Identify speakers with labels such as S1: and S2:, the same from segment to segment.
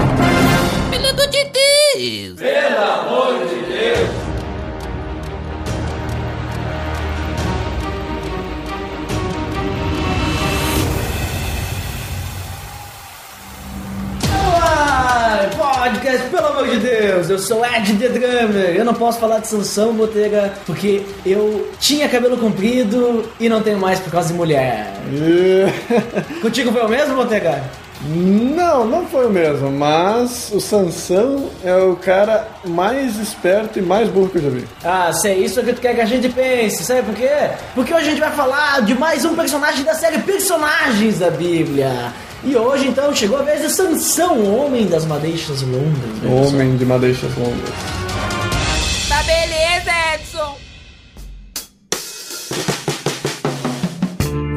S1: Pelo amor de Deus!
S2: Pelo amor de Deus!
S3: Olá, Podcast, pelo amor de Deus, eu sou Ed The Drummer. Eu não posso falar de Sansão Botega porque eu tinha cabelo comprido e não tenho mais por causa de mulher. Contigo foi o mesmo, Botega?
S4: Não, não foi o mesmo, mas o Sansão é o cara mais esperto e mais burro que eu já vi.
S3: Ah, sei, isso é o que tu quer que a gente pense, sabe por quê? Porque hoje a gente vai falar de mais um personagem da série Personagens da Bíblia. E hoje então chegou a vez de Sansão, o homem das madeixas longas. né, pessoal?
S4: Homem de madeixas longas.
S1: Tá beleza, Edson!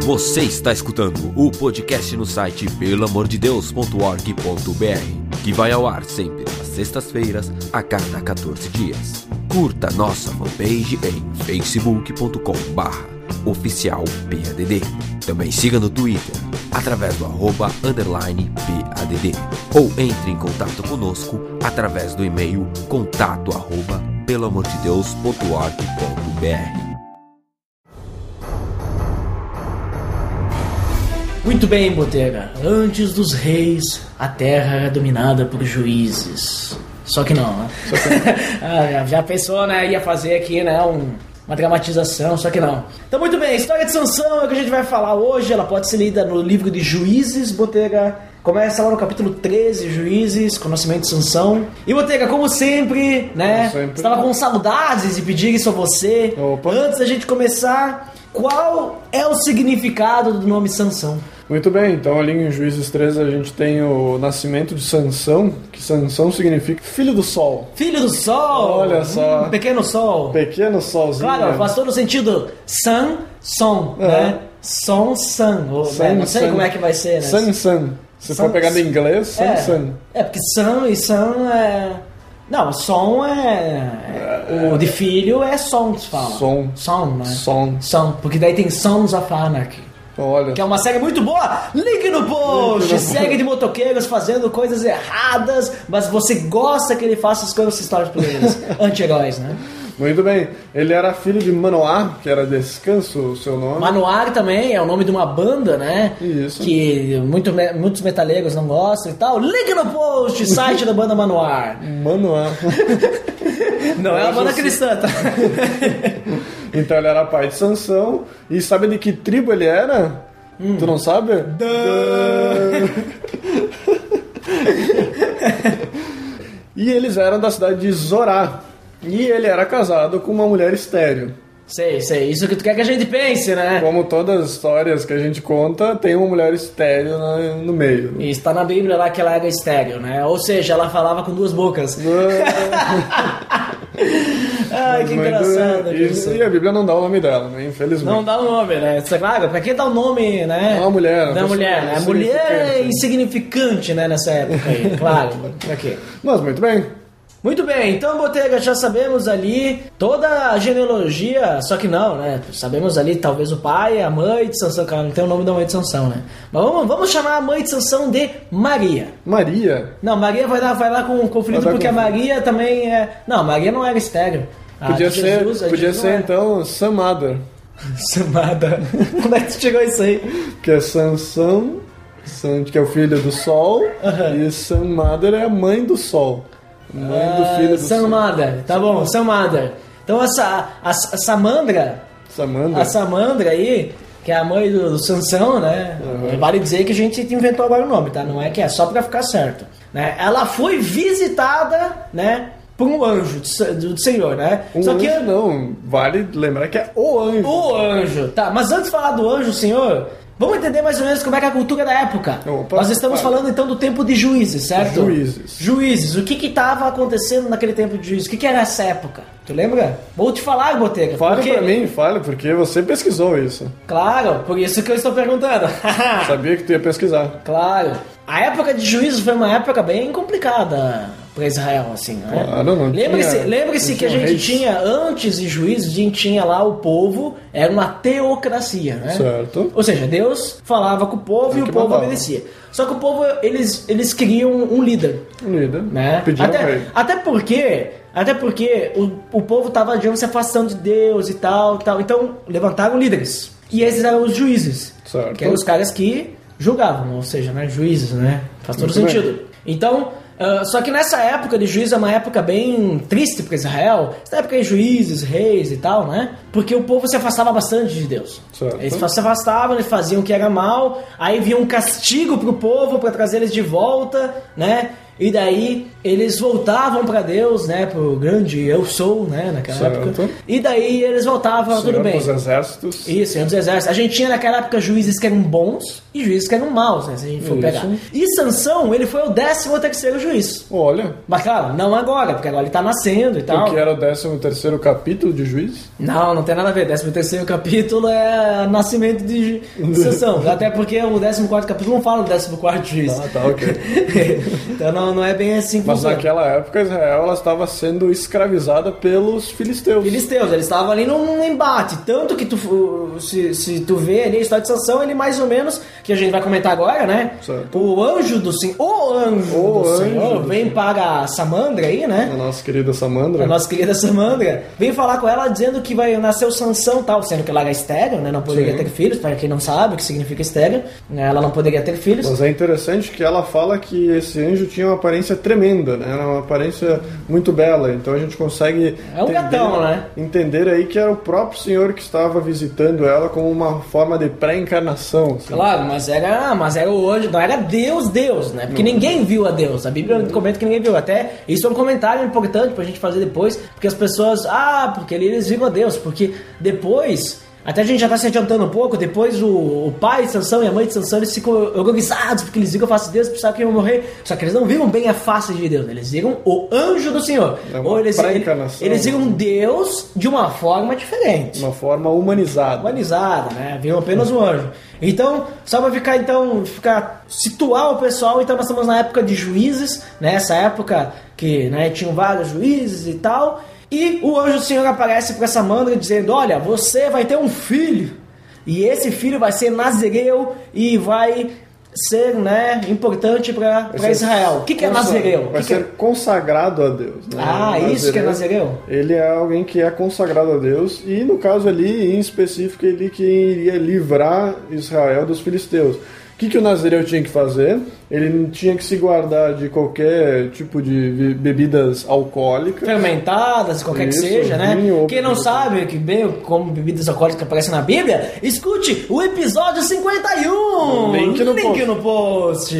S5: Você está escutando o podcast no site pelamordedeus.org.br, que vai ao ar sempre às sextas-feiras, a cada 14 dias. Curta nossa fanpage em facebook.com barra oficial PADD. Também siga no Twitter, através do arroba underline PADD. Ou entre em contato conosco através do e-mail contato arroba pelamordedeus.org.br.
S3: Muito bem, Botega. Antes dos reis, a terra era dominada por juízes. Só que não, né? Ah, já- já pensou, né? Ia fazer aqui, né? um- uma dramatização, só que não. Então, muito bem, a história de Sansão é o que a gente vai falar hoje. Ela pode ser lida no livro de Juízes, Botega. Começa lá no capítulo 13, Juízes, Conhecimento de Sansão. E, Botega, como sempre, né?
S4: Como sempre.
S3: Estava com saudades de pedir isso a você.
S4: Opa.
S3: Antes da gente começar, qual é o significado do nome Sansão?
S4: Muito bem, então ali em Juízes 13 a gente tem o nascimento de Sansão, que Sansão significa filho do sol.
S3: Filho do Sol!
S4: Olha só.
S3: Hum, pequeno Sol.
S4: Pequeno solzinho. né?
S3: Claro, faz todo sentido. San, som,
S4: É.
S3: né? Som, san. Ou,
S4: San,
S3: né? Não sei
S4: san.
S3: como é que vai ser, né?
S4: Sansan. Se
S3: San-
S4: for pegar no inglês,
S3: é.
S4: Sansan.
S3: É, porque san e san é... Não, som é... O de filho é som que se fala.
S4: Som.
S3: Som, né?
S4: Som.
S3: Som. Porque daí tem Sons of Anarchy.
S4: Então, Olha.
S3: Que é uma série muito boa. Link no post.
S4: Link no
S3: Segue de motoqueiros fazendo coisas erradas, mas você gosta que ele faça as coisas histórias por eles. Anti-heróis, né?
S4: Muito bem, ele era filho de Manoá, que era descanso o seu nome.
S3: Manoar também é o nome de uma banda, né?
S4: Isso.
S3: Que muito, me- muitos metaleiros não gostam e tal. Link no post, site da banda Manoar.
S4: Manoá.
S3: Não é uma banda cristã, tá?
S4: Então ele era pai de Sansão. E sabe de que tribo ele era?
S3: Hum.
S4: Tu não sabe? e eles eram da cidade de Zorá. E ele era casado com uma mulher estéreo.
S3: sei, sei. Isso que tu quer que a gente pense, né?
S4: Como todas as histórias que a gente conta, tem uma mulher estéreo na- no meio.
S3: E está na Bíblia lá que ela era estéreo, né? Ou seja, ela falava com duas bocas. Ai, que
S4: Muito-
S3: engraçado.
S4: é Isso, né?
S3: isso.
S4: e a Bíblia não dá o nome dela, né? Infelizmente.
S3: Não dá o nome, né? Isso é Claro, pra quem dá o nome, né?
S4: É uma mulher, uma
S3: Da
S4: pessoa
S3: mulher, né? A mulher é
S4: insignificante.
S3: insignificante, né? Nessa época aí, claro. Pra quê?
S4: Mas muito bem.
S3: Muito bem, então Botega, já sabemos ali toda a genealogia, só que não, né? Sabemos ali talvez o pai, a mãe de Sansão, cara, não tem o nome da mãe de Sansão, né? Mas vamos, vamos chamar a mãe de Sansão de Maria.
S4: Maria.
S3: Não, Maria vai dar, vai dar com um conflito
S4: Vai dar
S3: porque a
S4: conflito.
S3: Maria também é... Não, Maria não era estéreo. A
S4: Podia
S3: Ah, de
S4: ser,
S3: Jesus, a de
S4: podia
S3: Jesus
S4: ser
S3: não é. era.
S4: então Sam Mother.
S3: Samada. Como é que tu chegou a isso aí?
S4: que é Sansão, San, que é o filho do Sol, e San Mother é a mãe do Sol. Mãe
S3: Ah,
S4: do filho do Sol.
S3: Samada, tá bom, Samada. Então essa, a, a Samandra,
S4: Samandra.
S3: a Samandra aí, que é a mãe do, do Sansão, né?
S4: Uhum.
S3: Vale dizer que a gente inventou agora o nome, tá? Não é que é só pra ficar certo. Né? Ela foi visitada, né? Por um anjo do, se- do Senhor, né?
S4: Um
S3: só que
S4: anjo não, vale lembrar que é o anjo.
S3: o anjo, tá? Mas antes de falar do anjo, Senhor, vamos entender mais ou menos como é que é a cultura da época.
S4: Opa,
S3: Nós estamos
S4: claro.
S3: falando então do tempo de juízes, certo?
S4: Juízes.
S3: Juízes. O que que tava acontecendo naquele tempo de juízes? O que que era essa época? Tu lembra? Vou te falar, Botega.
S4: Fale
S3: porque-
S4: pra mim, fale, porque você pesquisou isso.
S3: Claro, por isso que eu estou perguntando.
S4: Sabia que tu ia pesquisar.
S3: Claro. A época de juízo foi uma época bem complicada, pra Israel, assim, né?
S4: Claro, não
S3: Lembre-se
S4: tinha-
S3: lembre-se
S4: não
S3: que a
S4: tinha
S3: gente
S4: reis.
S3: tinha, antes de juízes, a gente tinha lá o povo, era uma teocracia, né?
S4: Certo.
S3: Ou seja, Deus falava com o povo e o
S4: que
S3: povo
S4: mandava.
S3: obedecia. Só que o povo, eles, eles queriam um líder,
S4: Líder.
S3: né?
S4: Pediram pra
S3: Até,
S4: ele.
S3: até porque, até porque o, o povo tava digamos, se afastando de Deus e tal, tal. Então levantaram líderes. E esses eram os juízes.
S4: Certo.
S3: Que eram os caras que julgavam, ou seja, né, juízes, né? Faz todo
S4: Muito bem.
S3: sentido. Então, ah, só que nessa época de juízes é uma época bem triste para Israel. Essa época de juízes, reis e tal, né? Porque o povo se afastava bastante de Deus.
S4: Certo.
S3: Eles se afastavam, eles faziam o que era mal, aí vinha um castigo pro povo para trazer eles de volta, né? E daí eles voltavam para Deus, né? Pro grande eu sou, né? Naquela
S4: Certo. um
S3: época. E daí eles voltavam, tudo bem.
S4: Os exércitos.
S3: Isso, Senhor dos Exércitos. A gente tinha naquela época juízes que eram bons e juízes que eram maus, né? Se a gente for
S4: Isso.
S3: pegar. E Sansão, ele foi o décimo terceiro juiz.
S4: Olha,
S3: Mas claro, não agora, porque agora ele tá nascendo e tal.
S4: o que é era o 13 terceiro capítulo de Juiz?
S3: Não, não tem nada a ver. 13 terceiro capítulo é nascimento de ju- Sansão. Até porque o 14 capítulo não fala do 14 juiz.
S4: Ah, tá, ok.
S3: então não, não é bem assim que
S4: Mas
S3: funciona.
S4: naquela época Israel ela estava sendo escravizada pelos filisteus.
S3: Filisteus, eles estavam ali num embate. Tanto que tu, uh, se, se tu vê ali a história de Sansão, ele mais ou menos, que a gente vai comentar agora, né?
S4: Certo.
S3: O anjo do Senhor, o anjo
S4: O
S3: do
S4: anjo
S3: Senhor,
S4: do
S3: vem para a Samandra aí,
S4: A
S3: né?
S4: nossa querida Samandra.
S3: A nossa querida Samandra, vem falar com ela dizendo que vai nascer o Sansão e tal, sendo que ela era estéreo, né? Não poderia
S4: Sim.
S3: ter filhos, para quem não sabe o que significa estéreo, né? Ela não poderia ter filhos.
S4: Mas é interessante que ela fala que esse anjo tinha uma aparência tremenda, né? Era uma aparência muito bela. Então a gente consegue
S3: É um gatão, né?
S4: entender aí que era o próprio Senhor que estava visitando ela como uma forma de pré-encarnação. assim.
S3: Claro, mas era, mas era o anjo, não era Deus, Deus, né? Porque ninguém viu a Deus. A Bíblia comenta que ninguém viu. Até isso é um comentário importante pra gente fazer depois, porque as pessoas, ah, porque ali eles viram a Deus, porque depois, até a gente já tá se adiantando um pouco, depois o, o pai de Sansão e a mãe de Sansão, eles ficam organizados, porque eles viram a face de Deus, pensavam que iam morrer. Só que eles não viram bem a face de Deus, eles viram o anjo do Senhor.
S4: É uma
S3: Ou eles, eles,
S4: pré-encarnação.
S3: eles viram Deus de uma forma diferente
S4: Uma forma humanizada.
S3: humanizada, né? Virou apenas um anjo. Então, só para ficar então, ficar situar o pessoal, então nós estamos na época de juízes, né? Essa época que, né, tinham vários juízes e tal. E o anjo do Senhor aparece para Samandra dizendo: "Olha, você vai ter um filho. E esse filho vai ser nazireu e vai ser, né, importante para
S4: Vai ser
S3: Israel. O que, que é
S4: consa-
S3: nazireu? O
S4: Vai
S3: que que é-
S4: ser consagrado a Deus. né?
S3: Ah, isso que é nazireu?
S4: Ele é alguém que é consagrado a Deus e, no caso ali, em específico, ele que iria livrar Israel dos filisteus. O que, que o nazireu tinha que fazer? Ele não tinha que se guardar de qualquer tipo de be- bebidas alcoólicas.
S3: É. fermentadas, qualquer
S4: Isso,
S3: que seja, né?
S4: vinho ou
S3: Quem não
S4: bebida.
S3: sabe que bem como bebidas alcoólicas aparecem na Bíblia, escute o episódio 51.
S4: Link no post.
S3: no post.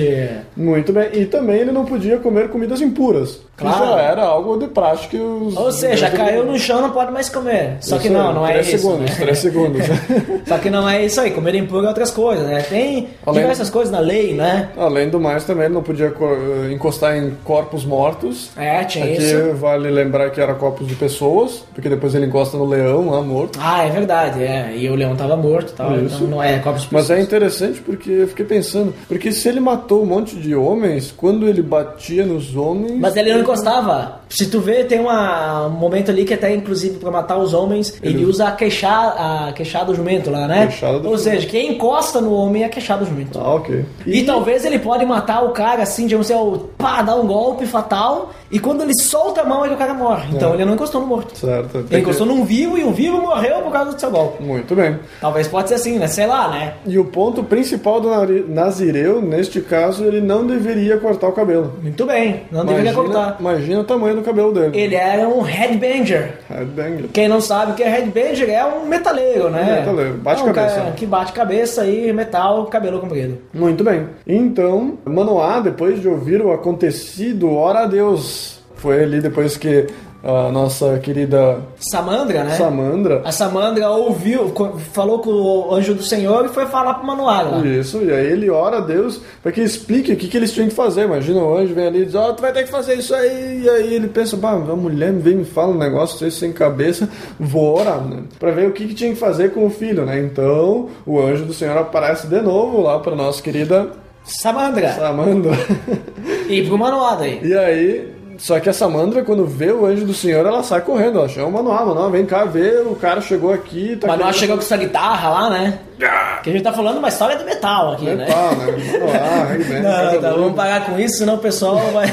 S4: Muito bem. E também ele não podia comer comidas impuras.
S3: Claro.
S4: Isso já era algo de prática. que os-
S3: Ou seja,
S4: os-
S3: caiu no chão, não pode mais comer. Só que
S4: Isso
S3: não,
S4: aí,
S3: não é
S4: três
S3: isso.
S4: segundos,
S3: né?
S4: Três segundos.
S3: Só que não é isso aí. Comer impuro é outras coisas, né? Tem
S4: Além-
S3: diversas coisas na lei, né?
S4: Além do mais, também não podia co- encostar em corpos mortos.
S3: É, tinha
S4: Aqui
S3: isso.
S4: vale lembrar que era corpos de pessoas, porque depois ele encosta no leão lá morto.
S3: Ah, é verdade, é. E o leão tava morto e tal.
S4: Isso.
S3: Então não é corpos
S4: Mas é interessante porque eu fiquei pensando, porque se ele matou um monte de homens, quando ele batia nos homens.
S3: Mas ele não encostava. Se tu vê, tem uma- um momento ali que até, inclusive, pra matar os homens, ele,
S4: Ele-
S3: usa a queixada, a queixada do jumento lá, né?
S4: Queixada do
S3: Ou seja, quem encosta no homem é a queixada do jumento.
S4: Ah, ok.
S3: E, talvez ele pode matar o cara assim, digamos assim, o pá, dá um golpe fatal, e quando ele solta a mão é que o cara morre. Então ele não encostou no morto.
S4: Certo.
S3: Ele
S4: tem É que-
S3: encostou num vivo e um vivo morreu por causa do seu golpe.
S4: Muito bem.
S3: Talvez pode ser assim, né? Sei lá, né?
S4: E o ponto principal do nari- Nazireu, neste caso, ele não deveria cortar o cabelo.
S3: Muito bem, não deveria cortar.
S4: Imagina o tamanho do cabelo dele.
S3: Ele era um headbanger.
S4: Headbanger.
S3: Quem não sabe o que é headbanger é um metaleiro, né?
S4: Metaleiro, bate
S3: É um
S4: cabeça.
S3: cara que bate cabeça e metal, cabelo comprido.
S4: Muito bem. Então, Manoá, depois de ouvir o acontecido, ora a Deus. Foi ali depois que a nossa querida
S3: Samandra, né?
S4: Samandra.
S3: A Samandra ouviu, co- falou com o anjo do Senhor e foi falar pro Manuel lá.
S4: Isso, e aí ele ora a Deus para que explique o que, que eles tinham que fazer. Imagina o anjo vem ali e diz: Ó, tu vai ter que fazer isso aí. E aí ele pensa: Bah, a mulher vem e me fala um negócio desse sem cabeça, vou orar, né? Pra ver o que, que tinha que fazer com o filho, né? Então o anjo do Senhor aparece de novo lá pra nossa querida
S3: Samandra
S4: Samandra.
S3: e pro Manuel aí.
S4: E aí, Só que a Samandra, quando vê o anjo do senhor, ela sai correndo, ela chama o Manoá, Manoá, ah, vem cá ver, o cara chegou aqui, tá
S3: Mas não
S4: querendo-
S3: chegou com essa guitarra lá, né?
S4: Ah.
S3: Que a gente tá falando uma história do metal aqui, né?
S4: Metal, né? um. Manoá, Rayman,
S3: Não, tá,
S4: Cabelo.
S3: vamos parar com isso, senão o pessoal vai.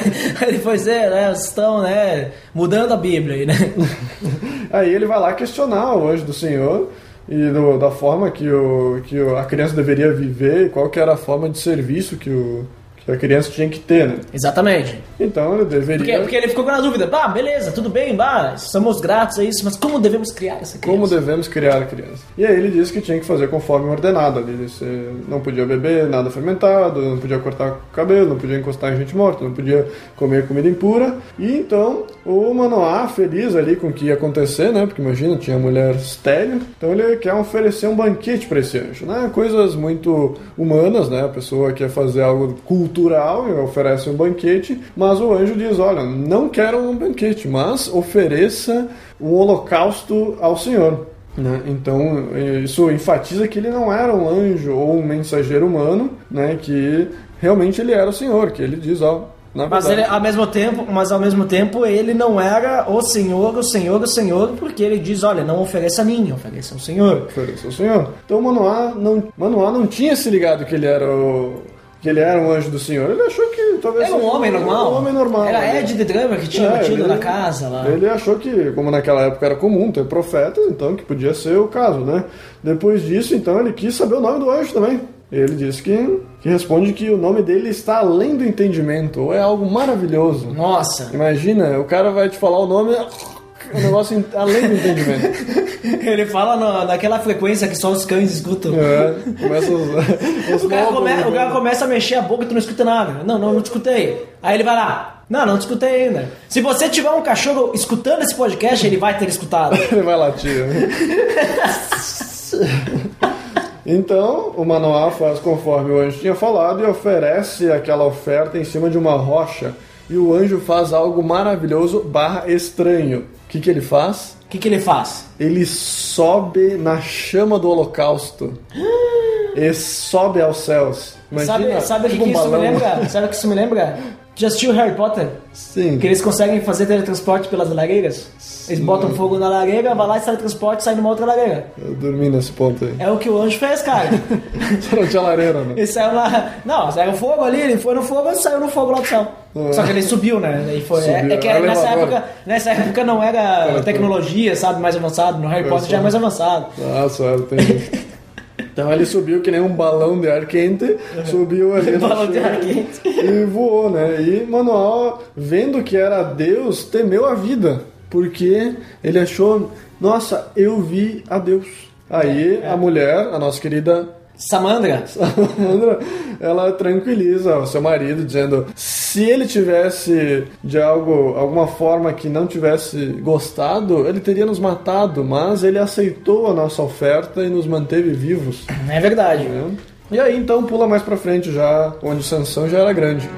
S3: Ele foi dizer, né? Vocês estão, né? Mudando a Bíblia aí, né?
S4: Aí ele vai lá questionar o anjo do senhor e do- da forma que, o, que o- a criança deveria viver e qual que era a forma de serviço que, o, que a criança tinha que ter, né?
S3: Exatamente.
S4: Então ele
S3: Porque,
S4: deveria...
S3: porque ele ficou na dúvida. Bah, beleza, tudo bem, bah, somos gratos a isso, mas como devemos criar essa criança?
S4: Como devemos criar a criança? E aí ele disse que tinha que fazer conforme ordenado. ali. Ele disse, não podia beber nada fermentado, não podia cortar o cabelo, não podia encostar em gente morta, não podia comer comida impura. E então o Manoá, feliz ali com o que ia acontecer, né? Porque imagina, tinha mulher estéreo. Então ele quer oferecer um banquete para esse anjo, né? Coisas muito humanas, né? A pessoa quer fazer algo cultural e oferece um banquete, mas o anjo diz: olha, não quero um banquete, mas ofereça um holocausto ao Senhor. né? Então, isso enfatiza que ele não era um anjo ou um mensageiro humano, né? que realmente ele era o Senhor, que ele diz: ó, na
S3: Mas
S4: verdade.
S3: ele, ao mesmo tempo, mas ao mesmo tempo, ele não era o Senhor, o Senhor, o Senhor, porque ele diz, olha, não ofereça a mim, ofereça ao Senhor.
S4: ofereça ao Senhor. Então o Manoá não, Manoá não tinha se ligado que ele era o, que ele era um anjo do Senhor. Ele achou que talvez
S3: Era um
S4: fosse
S3: homem normal.
S4: Um homem normal.
S3: Era
S4: né?
S3: Ed de Drama que tinha
S4: É,
S3: batido
S4: ele-
S3: na casa lá.
S4: Ele achou que, como naquela época era comum ter profetas, então que podia ser o caso, né? Depois disso, então ele quis saber o nome do anjo também. Ele disse que, que responde que o nome dele está além do entendimento, ou é algo maravilhoso.
S3: Nossa,
S4: Imagina, o cara vai te falar o nome, é um negócio in- além do entendimento.
S3: ele fala na- naquela frequência que só os cães escutam.
S4: É, começa os, os
S3: O cara,
S4: novos,
S3: come-
S4: né?
S3: o cara começa a mexer a boca e tu não escuta nada. Não, não, não te escutei. Aí ele vai lá. Não, não te escutei ainda. Se você tiver um cachorro escutando esse podcast, ele vai ter escutado.
S4: Ele vai latir. Então, o Manoá faz conforme o anjo tinha falado e oferece aquela oferta em cima de uma rocha. E o anjo faz algo maravilhoso barra estranho. O que, que ele faz?
S3: O que, que ele faz?
S4: Ele sobe na chama do holocausto. E sobe aos céus. Imagina,
S3: sabe sabe o que,
S4: tipo
S3: que
S4: um
S3: isso me
S4: balão.
S3: lembra? Sabe o que isso me lembra? Já assistiu Harry Potter?
S4: Sim.
S3: Que eles conseguem fazer teletransporte pelas lareiras? Eles botam fogo na lareira, vai lá e sai teletransporte e sai numa outra lareira.
S4: Eu dormi nesse ponto aí.
S3: É o que o anjo fez, cara. É.
S4: Você não tinha lareira, né?
S3: Ele saiu lá. Não, saiu fogo ali, ele foi no fogo e saiu no fogo lá do céu. Só que ele É. subiu, né? E foi, é-
S4: Subiu,
S3: é que
S4: era
S3: nessa
S4: elevador.
S3: época, nessa época não era tecnologia, sabe, mais avançado. No Harry
S4: Era
S3: Potter
S4: só-
S3: já é mais avançado.
S4: Ah, certo, entendi. Então ele subiu que nem um balão de ar quente, subiu ali na
S3: Uhum. Balão de
S4: chama
S3: ar quente.
S4: e voou, né? E Manoá, vendo que era Deus, temeu a vida, porque ele achou, nossa, eu vi a Deus. Aí
S3: É,
S4: a mulher, a nossa querida
S3: Samandra,
S4: Sandra, Tá, ela tranquiliza o seu marido, dizendo se ele tivesse de algo, alguma forma que não tivesse gostado, ele teria nos matado, mas ele aceitou a nossa oferta e nos manteve vivos.
S3: é verdade.
S4: né? E aí então pula mais pra frente já, onde Sansão já era grande.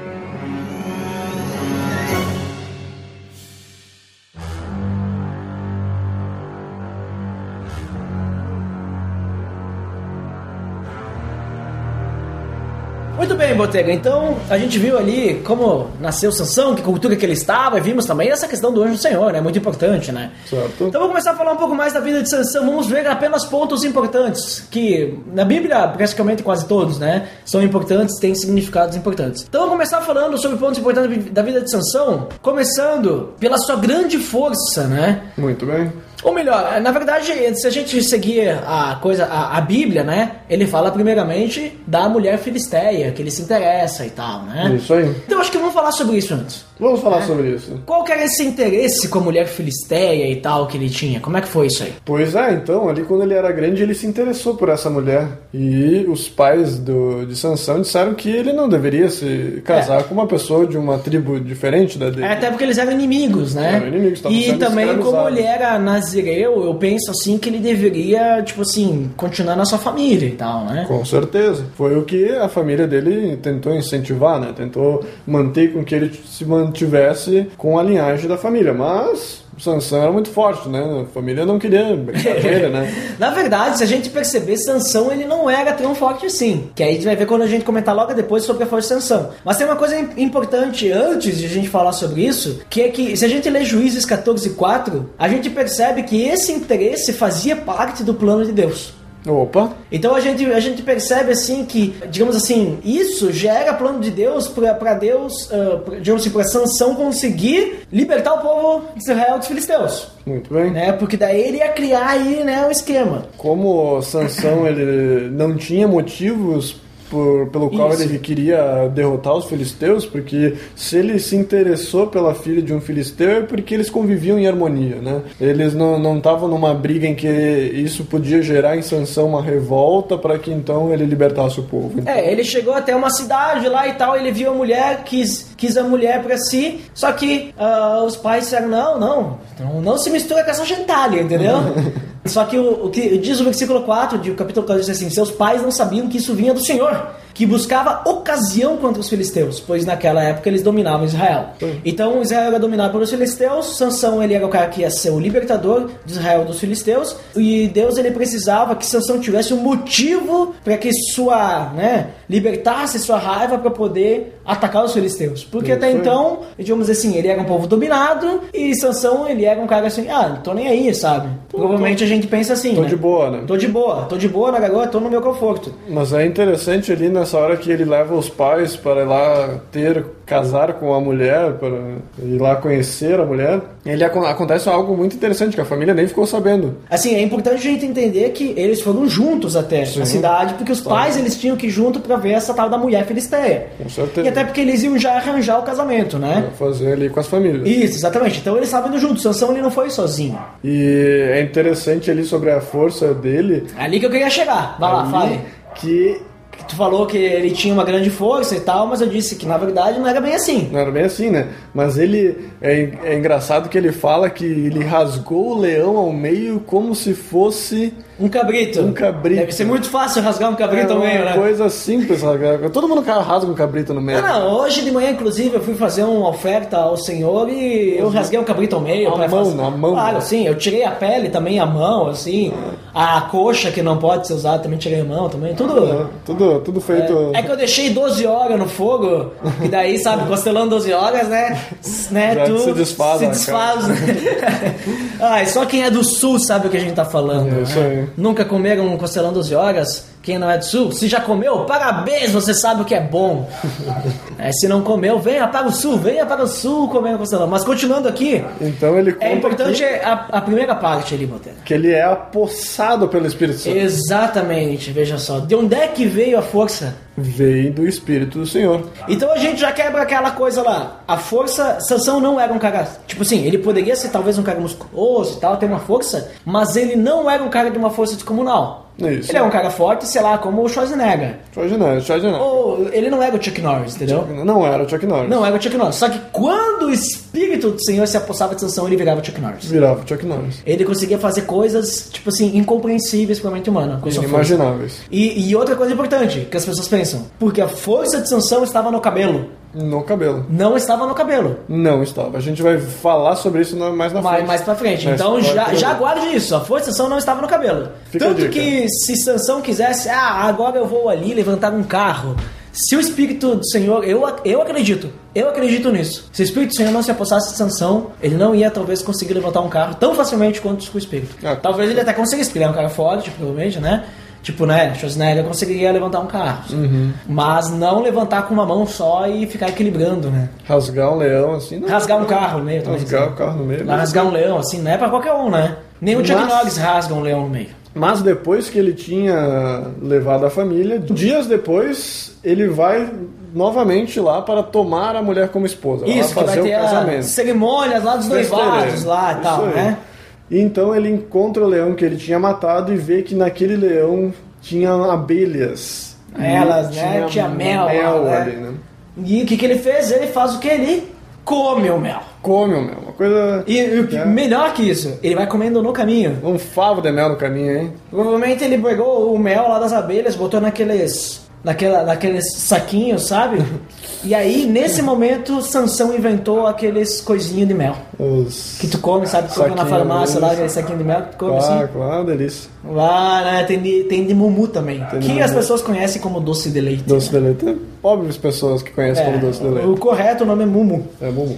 S3: Muito bem, Botega. Então, a gente viu ali como nasceu Sansão, que cultura que ele estava, e vimos também essa questão do anjo do Senhor, né? Muito importante, né?
S4: Certo.
S3: Então, vamos começar a falar um pouco mais da vida de Sansão. Vamos ver apenas pontos importantes, que na Bíblia, praticamente quase todos, né? São importantes, têm significados importantes. Então, vamos começar falando sobre pontos importantes da vida de Sansão, começando pela sua grande força, né?
S4: Muito bem.
S3: Ou melhor, é, na verdade, se a gente seguir a coisa, a, a Bíblia, né? Ele fala primeiramente da mulher filisteia, que ele se interessa e tal, né?
S4: Isso aí.
S3: Então acho que vamos falar sobre isso antes.
S4: Vamos falar sobre isso.
S3: Qual que era esse interesse com a mulher filisteia e tal que ele tinha? Como é que foi isso aí?
S4: Pois é, então, ali quando ele era grande, ele se interessou por essa mulher. E os pais do, de Sansão disseram que ele não deveria se casar
S3: É.
S4: com uma pessoa de uma tribo diferente da dele.
S3: É, até porque eles eram inimigos, né?
S4: Eram inimigos, estavam
S3: e
S4: sendo
S3: também, como
S4: escravizados.
S3: ele era nazireu, eu penso assim que ele deveria, tipo assim, continuar na sua família e tal, né?
S4: Com certeza. Foi o que a família dele tentou incentivar, né? Tentou manter com que ele se mantivesse com a linhagem da família. Mas Sansão era muito forte, né? A família não queria brincadeira, né?
S3: Na verdade, se a gente perceber, Sansão ele não era tão forte assim. Que aí a gente vai ver quando a gente comentar logo depois sobre a força de Sansão. Mas tem uma coisa im- importante antes de a gente falar sobre isso, que é que se a gente lê Juízes 14 e 4, a gente percebe que esse interesse fazia parte do plano de Deus.
S4: Opa!
S3: Então a gente, a gente percebe assim que, digamos assim, isso já era plano de Deus para Deus, ah, pra- digamos assim, para Sansão conseguir libertar o povo de Israel dos filisteus.
S4: Muito bem.
S3: Né? Porque daí ele ia criar aí né, um esquema.
S4: Como o Sansão ele não tinha motivos por- pelo qual
S3: Isso.
S4: ele queria derrotar os filisteus, porque se ele se interessou pela filha de um filisteu é porque eles conviviam em harmonia, né? Eles não não estavam numa briga em que isso podia gerar em Sansão uma revolta para que então ele libertasse o povo.
S3: É, ele chegou até uma cidade lá e tal, ele viu a mulher, quis, quis a mulher pra si, só que ah, os pais disseram, não, não, não, não se mistura com essa gentalha, entendeu? só que o, o que diz o versículo 4 do capítulo 14 diz assim, seus pais não sabiam que isso vinha do Senhor, que buscava ocasião contra os filisteus, pois naquela época eles dominavam Israel. Então Israel era dominado pelos filisteus, Sansão ele era o cara que ia ser o libertador de Israel dos filisteus, e Deus ele precisava que Sansão tivesse um motivo para que sua, né, libertasse sua raiva para poder atacar os filisteus. Porque até
S4: Isso aí.
S3: então, digamos assim, ele era um povo dominado e Sansão ele era um cara assim, ah, não tô nem aí, sabe? Provavelmente a gente pensa assim,
S4: Tô
S3: né?
S4: de boa, né?
S3: Tô de boa, tô de boa na garoa, tô no meu conforto.
S4: Mas é interessante ali nessa hora que ele leva os pais para ir lá ter, casar com a mulher, para ir lá conhecer a mulher. Ele acon- acontece algo muito interessante que a família nem ficou sabendo.
S3: Assim, é importante a gente entender que eles foram juntos até
S4: Sim.
S3: na cidade, porque os pais eles tinham que ir junto pra ver essa tal da mulher filisteia.
S4: Com certeza.
S3: E até porque eles iam já arranjar o casamento,
S4: Pra
S3: né?
S4: fazer ali com as famílias.
S3: Isso, exatamente. Então eles estavam indo juntos. Sansão ele não foi sozinho.
S4: E é interessante ali sobre a força dele.
S3: É Ali que eu queria chegar. Vai lá,
S4: ali
S3: fale.
S4: Que
S3: Que Tu falou que ele tinha uma grande força e tal, mas eu disse que na verdade não era bem assim.
S4: não era bem assim, né? Mas ele é, en- é engraçado que ele fala que ele rasgou o leão ao meio como se fosse
S3: Um cabrito.
S4: Um cabrito.
S3: Deve ser muito fácil rasgar um
S4: é,
S3: cabrito ao
S4: uma
S3: meio, né?
S4: coisa simples. rasgar. Todo mundo rasga um cabrito no meio.
S3: Não, não, hoje de manhã, inclusive, eu fui fazer uma oferta ao senhor e eu rasguei um cabrito ao meio.
S4: A
S3: pra
S4: mão,
S3: fazer-
S4: a mão. né?
S3: Claro, sim, eu tirei a pele também, a mão, assim, a coxa que não pode ser usada, também tirei a mão, também, tudo.
S4: Tudo, tudo feito.
S3: É que eu deixei 12 horas no fogo, e daí, sabe, costelando 12 horas, né? s- né
S4: Já
S3: tu
S4: se desfaz,
S3: Se
S4: né,
S3: desfaz. Ai, só quem é do sul sabe o que a gente tá falando.
S4: É, isso
S3: né?
S4: aí.
S3: Nunca comeram um costelão 12 horas? Quem não é do sul? Se já comeu, parabéns, você sabe o que é bom. É, se não comeu, venha para o sul, venha para o sul comer um costelão. Mas continuando aqui,
S4: Então ele conta
S3: é importante
S4: que,
S3: a, a primeira parte ali, Botero.
S4: que ele é apossado pelo Espírito Santo.
S3: Exatamente, veja só. De onde é que veio a força?
S4: Vem do Espírito do Senhor.
S3: Então a gente já quebra aquela coisa lá. A força, Sansão não era um cara. Tipo assim, ele poderia ser talvez um cara musculoso e tal, ter uma força, mas ele não era um cara de uma força descomunal.
S4: Isso.
S3: Ele é um cara forte, sei lá, como o Schwarzenegger.
S4: Schwarzenegger, Schwarzenegger.
S3: Ou ele não era o Chuck Norris, entendeu?
S4: Não era o Chuck Norris.
S3: Não era o Chuck Norris. Só que quando o espírito do Senhor se apossava de Sansão, ele virava o Chuck Norris.
S4: Virava o Chuck Norris.
S3: Ele conseguia fazer coisas, tipo assim, incompreensíveis pra mente humana. com sua força.
S4: Inimagináveis.
S3: E, e outra coisa importante que as pessoas pensam: porque a força de Sansão estava no cabelo.
S4: No cabelo.
S3: Não estava no cabelo.
S4: Não estava. A gente vai falar sobre isso na- mais na
S3: mais,
S4: frente.
S3: mais pra frente.
S4: Mas
S3: Então
S4: pode
S3: já,
S4: ter-
S3: já aguarde isso. A força de Sansão não estava no cabelo.
S4: Fica a
S3: Tanto
S4: dica.
S3: que se Sansão quisesse, ah, agora eu vou ali levantar um carro. Se o Espírito do Senhor, eu, ac- eu acredito, eu acredito nisso. Se o Espírito do Senhor não se apossasse de Sansão, ele não ia talvez conseguir levantar um carro tão facilmente quanto com o Espírito.
S4: Ah,
S3: talvez ele até conseguisse, porque ele é um cara forte, provavelmente, né? Tipo, né, Schwarzenegger conseguiria levantar um carro.
S4: Uhum.
S3: Mas não levantar com uma mão só e ficar equilibrando, né?
S4: Rasgar um leão assim. Não.
S3: Rasgar um carro no meio também.
S4: Rasgar
S3: sabe?
S4: o carro no meio.
S3: Lá rasgar um leão, assim, não é pra qualquer um, né? Nem o Chuck
S4: Mas-
S3: Norris rasga um leão no meio.
S4: Mas depois que ele tinha levado a família, dias depois ele vai novamente lá para tomar a mulher como esposa.
S3: Isso,
S4: lá
S3: que vai
S4: fazer
S3: ter
S4: o casamento.
S3: as cerimônias lá dos noivados lá e
S4: Isso
S3: tal,
S4: aí.
S3: né?
S4: E Então ele encontra o leão que ele tinha matado e vê que naquele leão tinha abelhas.
S3: Elas,
S4: E
S3: né? Tinha mel lá, né?
S4: ali, né?
S3: E o que, que ele fez? Ele faz o que? Ele come o mel.
S4: Come o mel, uma coisa...
S3: E, e o que-
S4: É.
S3: melhor que isso, ele vai comendo no caminho.
S4: Um favo de mel no caminho, hein?
S3: Provavelmente ele pegou o mel lá das abelhas, botou naqueles naquela, naqueles saquinhos, sabe? E aí, nesse momento, Sansão inventou aqueles coisinhos de mel.
S4: Os...
S3: Que tu come, sabe? Tu compra na
S4: Saquinho,
S3: farmácia lá,
S4: isso.
S3: aquele saquinho de mel, tu come
S4: Claro,
S3: assim.
S4: claro, delícia.
S3: Lá, né? Tem de, tem de mumu também.
S4: Tem de
S3: que
S4: mumu.
S3: as pessoas conhecem como doce de leite. né?
S4: Doce de leite. É Óbvias pessoas que conhecem
S3: É,
S4: como doce de leite.
S3: O correto o nome é mumu.
S4: É bom.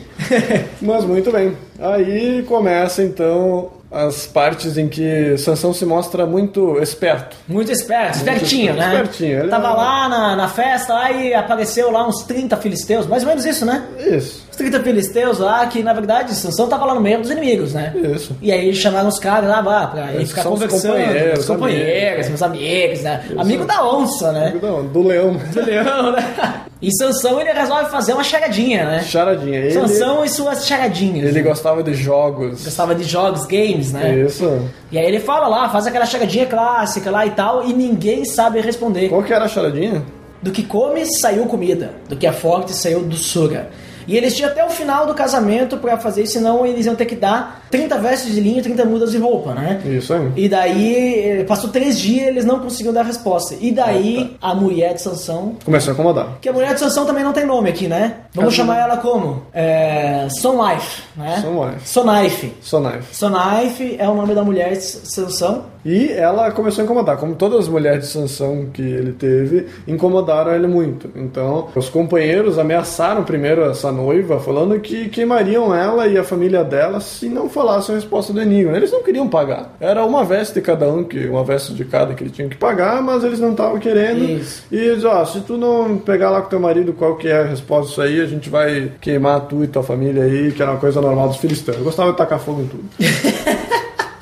S4: Mas muito bem. Aí começa então as partes em que Sansão se mostra muito esperto.
S3: Muito esperto, espertinho, né?
S4: Espertinho, ele
S3: Tava
S4: é-
S3: lá na, na festa lá e apareceu lá uns 30 filisteus, mais ou menos isso, né?
S4: Isso,
S3: Os 30 filisteus lá, que na verdade Sansão tava lá no meio dos inimigos, né?
S4: isso.
S3: E aí eles chamaram os caras lá vá, pra
S4: Eles
S3: ele ficar
S4: são os
S3: conversando. né?
S4: companheiros,
S3: os companheiros,
S4: amigos.
S3: meus amigos, né? Amigo da onça, né?
S4: Não, do leão.
S3: Do leão, né? E Sansão ele resolve fazer uma charadinha, né?
S4: Charadinha. Ele,
S3: Sansão e suas charadinhas.
S4: ele gostava de jogos.
S3: gostava de jogos, games, né?
S4: Isso.
S3: E aí ele fala lá, faz aquela charadinha clássica lá e tal, e ninguém sabe responder.
S4: Qual que era a charadinha?
S3: Do que come, saiu comida. Do que é forte, saiu doçura. E eles tinham até o final do casamento pra fazer isso, senão eles iam ter que dar 30 vestes de linho e 30 mudas de roupa, né?
S4: Isso aí.
S3: E daí, eh, passou três dias eles não conseguiam dar resposta. E daí, a mulher de Sansão...
S4: Começou a incomodar.
S3: Que a mulher de Sansão também não tem nome aqui, né? Vamos
S4: Cadê?
S3: chamar ela como? É... Sonlife, né?
S4: Sonlife.
S3: Sonlife.
S4: Sonaive.
S3: Sonaife é o nome da mulher de Sansão.
S4: E ela começou a incomodar, como todas as mulheres de Sansão que ele teve, incomodaram ele muito. Então, os companheiros ameaçaram primeiro essa noiva, falando que queimariam ela e a família dela se não falassem a resposta do enigma. Eles não queriam pagar. Era uma veste de cada um, que uma veste de cada que ele tinha que pagar, mas eles não estavam querendo.
S3: Isso.
S4: E eles, ó, se tu não pegar lá com teu marido qual que é a resposta disso aí, a gente vai queimar tu e tua família aí, que era uma coisa normal dos filisteus. Eu gostava de tacar fogo em tudo.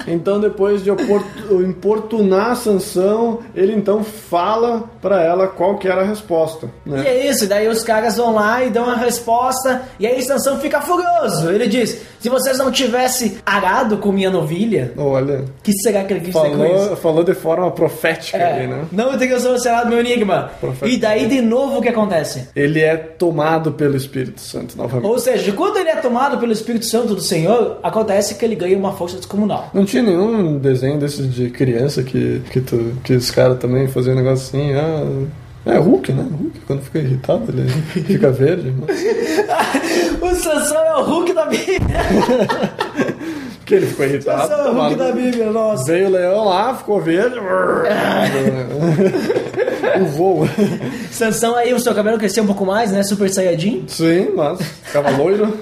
S4: Então, depois de oportu- importunar a Sansão, ele então fala pra ela qual que era a resposta.
S3: E
S4: Né?
S3: é isso, daí os caras vão lá e dão a resposta, e aí Sansão fica furioso. Ele diz: se vocês não tivessem arado com minha novilha,
S4: Olha,
S3: que será que ele quis dizer com isso?
S4: falou, falou de forma profética
S3: É,
S4: ali, né?
S3: Não teria solucionado meu enigma.
S4: Profeta.
S3: E daí de novo o que acontece?
S4: Ele é tomado pelo Espírito Santo novamente.
S3: Ou seja, quando ele é tomado pelo Espírito Santo do Senhor, acontece que ele ganha uma força descomunal.
S4: Não tinha nenhum desenho desses de criança que, que, tu, que os caras também faziam um negócio assim, ah... É Hulk, né? Hulk, quando fica irritado, ele fica verde. né? Mas...
S3: O Sansão é o Hulk da Bíblia.
S4: Que ele ficou
S3: O
S4: irritado.
S3: Sansão é o Hulk
S4: Tá tomado-
S3: da Bíblia, nossa.
S4: Veio o leão lá, ficou verde. o voo.
S3: Sansão aí, o seu cabelo cresceu um pouco mais, né? Super Saiyajin.
S4: Sim, mas ficava loiro.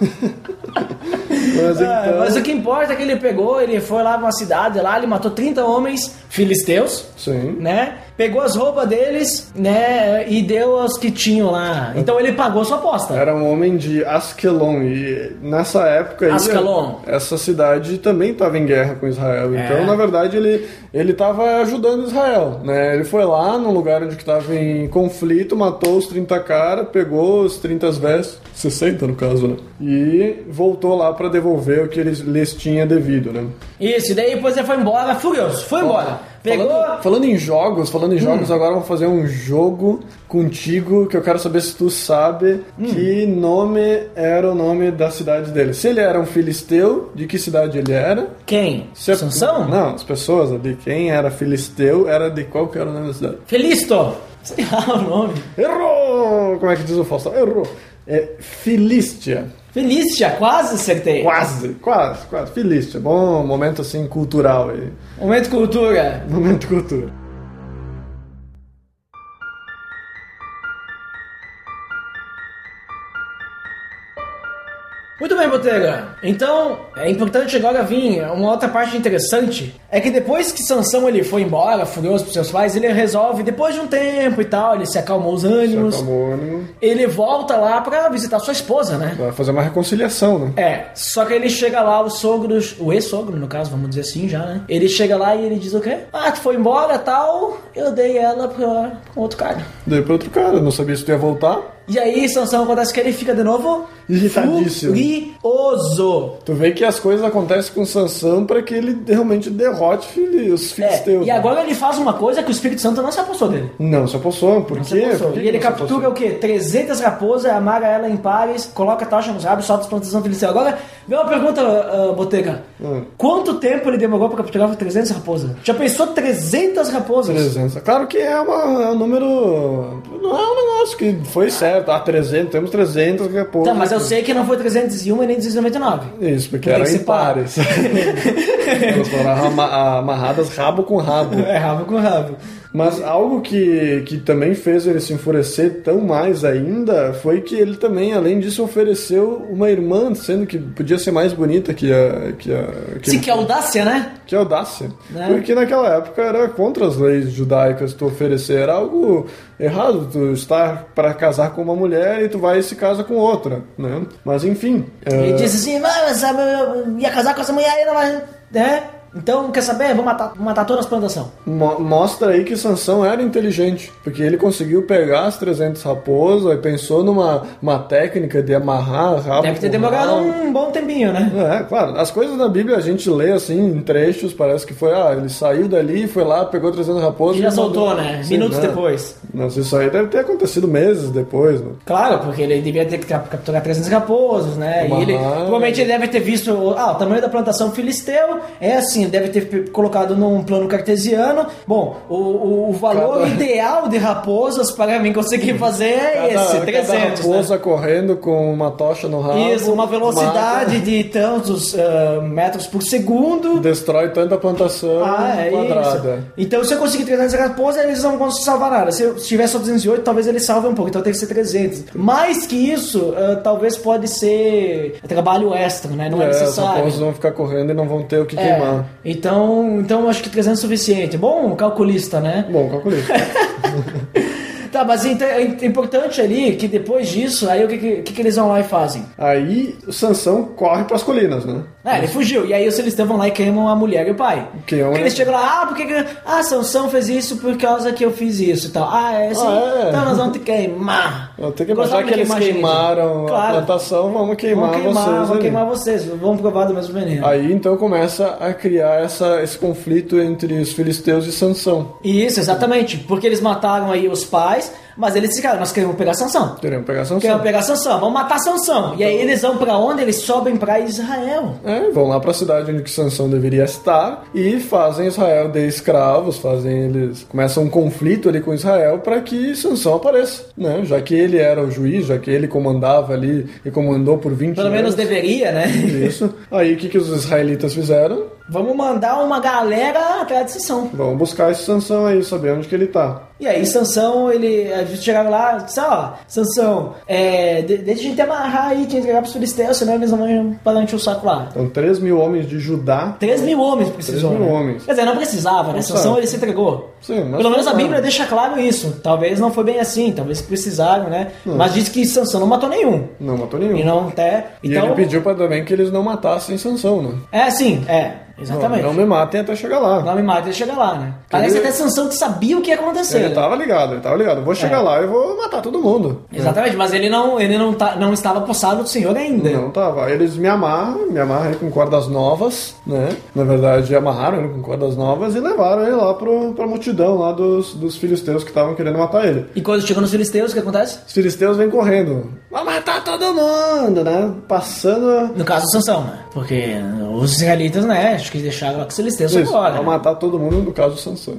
S4: mas
S3: Ah,
S4: então.
S3: Mas o que importa é que ele pegou, ele foi lá pra uma cidade lá, ele matou 30 homens filisteus,
S4: Sim.
S3: né? Pegou as roupas deles, né? E deu aos que tinham lá. Então ele pagou sua aposta.
S4: Era um homem de Askelon e nessa época aí,
S3: Askelon.
S4: essa cidade também estava em guerra com Israel. Então, na verdade, ele ele estava ajudando Israel, né? Ele foi lá num lugar onde que estava em conflito, matou os 30 caras, pegou os 30 vestes, 60 no caso, né? E voltou lá para devolver o que eles lhes tinha devido, né?
S3: Isso, e daí depois ele foi embora, furioso, foi embora. Pegou. Hum.
S4: Falando, falando em jogos, falando em jogos, agora vamos fazer um jogo contigo que eu quero saber se tu sabe
S3: Hum.
S4: que nome era o nome da cidade dele. Se ele era um filisteu, de que cidade ele era?
S3: Quem?
S4: Se a-
S3: Sansão?
S4: Não, as pessoas ali. Quem era filisteu era de qual que era o nome da cidade.
S3: Felisto! Sei lá o nome.
S4: Errou! Como é que diz o Faustão? Errou. É Filístia.
S3: Felícia, quase acertei.
S4: Quase, quase, quase. Filístia. Bom momento assim cultural aí.
S3: Momento cultura.
S4: Momento cultura.
S3: Muito bem, Botega. Então, é importante agora vir uma outra parte interessante. É que depois que Sansão ele foi embora, furioso pros seus pais, ele resolve, depois de um tempo e tal, ele se acalmou os ânimos.
S4: Acabou o ânimo.
S3: Ele volta lá pra visitar sua esposa, né?
S4: Vai fazer uma reconciliação, né?
S3: É, só que ele chega lá, o sogro, o ex-sogro, no caso, vamos dizer assim já, né? Ele chega lá e ele diz o quê? Ah, tu foi embora tal, eu dei ela pra, pra um outro cara.
S4: Dei pra outro cara, não sabia se tu ia voltar.
S3: E aí, Sansão acontece que ele fica de novo
S4: Irritadíssimo.
S3: Furioso.
S4: Tu vê que as coisas acontecem com Sansão pra que ele realmente derrote fili- os filhos
S3: É,
S4: teus. né?
S3: e agora ele faz uma coisa que o Espírito Santo não se apossou dele.
S4: Não, só possou. Por
S3: Não se
S4: quê?
S3: apossou.
S4: Por que
S3: E ele
S4: que não se
S3: captura o quê? 300 raposas, amarra ela em pares, coloca tocha nos rabos, solta as plantações felicial. Agora, vem uma pergunta, ah, Botega.
S4: Hum.
S3: Quanto tempo ele demorou pra capturar 300 raposas? Já pensou 300 raposas?
S4: 300. Claro que é, uma, é um número. Não é um negócio que foi certo. Ah, 300, temos 300 daqui a pouco.
S3: Tá, mas eu sei que não foi 301 e nem 299.
S4: Isso, porque
S3: Tem
S4: era
S3: que
S4: em
S3: ser par.
S4: pares. Elas foram ama- amarradas rabo com rabo.
S3: É rabo com rabo.
S4: Mas algo que, que também fez ele se enfurecer tão mais ainda foi que ele também, além disso, ofereceu uma irmã, sendo que podia ser mais bonita que a. Que, a, que,
S3: Se que audácia, né?
S4: que audácia.
S3: Né?
S4: Porque naquela época era contra as leis judaicas tu oferecer. Era algo errado tu estar para casar com uma mulher e tu vai e se casa com outra, né? Mas enfim.
S3: Ele
S4: eh,
S3: disse assim, mas ah, eu ia casar com essa mulher aí, não vai... Né? Então, quer saber? Eu Vou matar, vou matar todas as plantações.
S4: Mo- Mostra aí que Sansão era inteligente, porque ele conseguiu pegar as 300 raposas e pensou numa uma técnica de amarrar rabo
S3: Deve ter
S4: com
S3: demorado
S4: rabo.
S3: um bom tempinho, né?
S4: É, claro. As coisas da Bíblia a gente lê assim em trechos, parece que foi, ah, ele saiu dali, foi lá, pegou 300 raposas
S3: E já
S4: mandou-
S3: soltou, né?
S4: Sim,
S3: Minutos
S4: né?
S3: depois.
S4: Mas isso aí deve ter acontecido meses depois, né?
S3: Claro, porque ele devia ter que cap- capturar 300 raposos, né? E
S4: Amarrar.
S3: ele, provavelmente ele deve ter visto ah, o tamanho da plantação filisteu, é assim, ele deve ter pe- colocado num plano cartesiano. Bom, o, o, o valor
S4: Cada-
S3: ideal de raposas para mim conseguir fazer é esse,
S4: cada
S3: 300. né?
S4: raposa correndo com uma tocha no rabo.
S3: Isso, uma velocidade
S4: mata,
S3: de tantos ah, metros por segundo.
S4: destrói tanta plantação
S3: Ah, é
S4: quadrada.
S3: isso. Então, se eu conseguir 300 raposas, eles não vão salvar nada. Se eu se tiver só 208, talvez eles salvem um pouco. Então, tem que ser 300. Mais que isso, ah, talvez pode ser trabalho extra, né? Não é,
S4: É, os
S3: necessário.
S4: raposas vão ficar correndo e não vão ter o que
S3: É.
S4: queimar.
S3: Então, então, acho que 300 é suficiente. Bom, calculista, né?
S4: Bom, calculei.
S3: Tá, mas então é importante ali que depois disso, aí o que, que, que que eles vão lá e fazem?
S4: Aí o Sansão corre pras colinas, né?
S3: É, ele fugiu. E aí os eles vão lá e queimam a mulher e o pai.
S4: Queimam,
S3: Porque
S4: né?
S3: eles chegam lá, ah, porque que... ah, Sansão fez isso por causa que eu fiz isso e tal. Ah, é assim.
S4: Ah, é?
S3: Então nós vamos te queimar.
S4: Eu tenho que
S3: Gostava
S4: imaginar
S3: de
S4: que eles
S3: queimar gente.
S4: queimaram
S3: Claro.
S4: a plantação, vamos queimar,
S3: Vão queimar,
S4: vocês.
S3: vão
S4: ali.
S3: queimar vocês, vão provar do mesmo veneno.
S4: Aí então começa a criar essa, esse conflito entre os filisteus e Sansão.
S3: Isso, exatamente. Porque eles mataram aí os pais, mas eles ficaram, nós queremos pegar Sansão.
S4: Queremos pegar
S3: Queremos
S4: Sansão. Então-
S3: pegar Sansão, vamos matar Sansão. E aí eles vão pra onde? Eles sobem pra Israel.
S4: É, vão lá pra cidade onde que Sansão deveria estar e fazem Israel de escravos, fazem eles começam um conflito ali com Israel para que Sansão apareça, né? Já que ele era o juiz, já que ele comandava ali e comandou por 20
S3: Pelo menos
S4: anos.
S3: deveria, né?
S4: Isso. Aí o que, que os israelitas fizeram?
S3: Vamos mandar uma galera atrás de Sansão.
S4: Vão buscar esse Sansão aí, saber onde que ele tá.
S3: E aí, Sansão, ele. A gente chegava lá, disse, ó, Sansão, é, de- deixa a gente amarrar aí, te entregar pros filisteus, senão eles não vão parar de encher o saco lá.
S4: Então, 3 mil homens de Judá.
S3: 3 mil homens precisou.
S4: 3 mil
S3: né?
S4: homens.
S3: Quer dizer, não precisava, né?
S4: Nossa.
S3: Sansão ele se entregou.
S4: Sim, mas
S3: Pelo menos a
S4: claro.
S3: Bíblia deixa claro isso. Talvez não foi bem assim, talvez precisaram, né? Mas diz que Sansão não matou nenhum.
S4: Não matou nenhum.
S3: E não até.
S4: E
S3: Então.
S4: ele pediu pra também que eles não matassem Sansão, né?
S3: É, sim, é, exatamente.
S4: Não, não me matem até chegar lá.
S3: Não é me mata, ele chega lá, né? Parece até Sansão que sabia o que ia acontecer.
S4: Ele
S3: né?
S4: tava ligado, ele tava ligado. Vou chegar
S3: É.
S4: lá e vou matar todo mundo.
S3: Exatamente, mas ele não, ele não, tá, não estava possado do Senhor ainda.
S4: Não tava. Eles me amarram, me amarram ele com cordas novas, né? Na verdade, amarraram ele com cordas novas e levaram ele lá pro, pra multidão lá dos, dos filisteus que estavam querendo matar ele.
S3: E quando chegou nos filisteus, o que acontece?
S4: Os filisteus vêm correndo. Vai matar todo mundo, né? Passando.
S3: No caso, Sansão, né? Porque os israelitas, né? Acho que deixaram lá com os filisteus
S4: Isso, é
S3: agora.
S4: vai matar todo mundo, no caso do Sansão.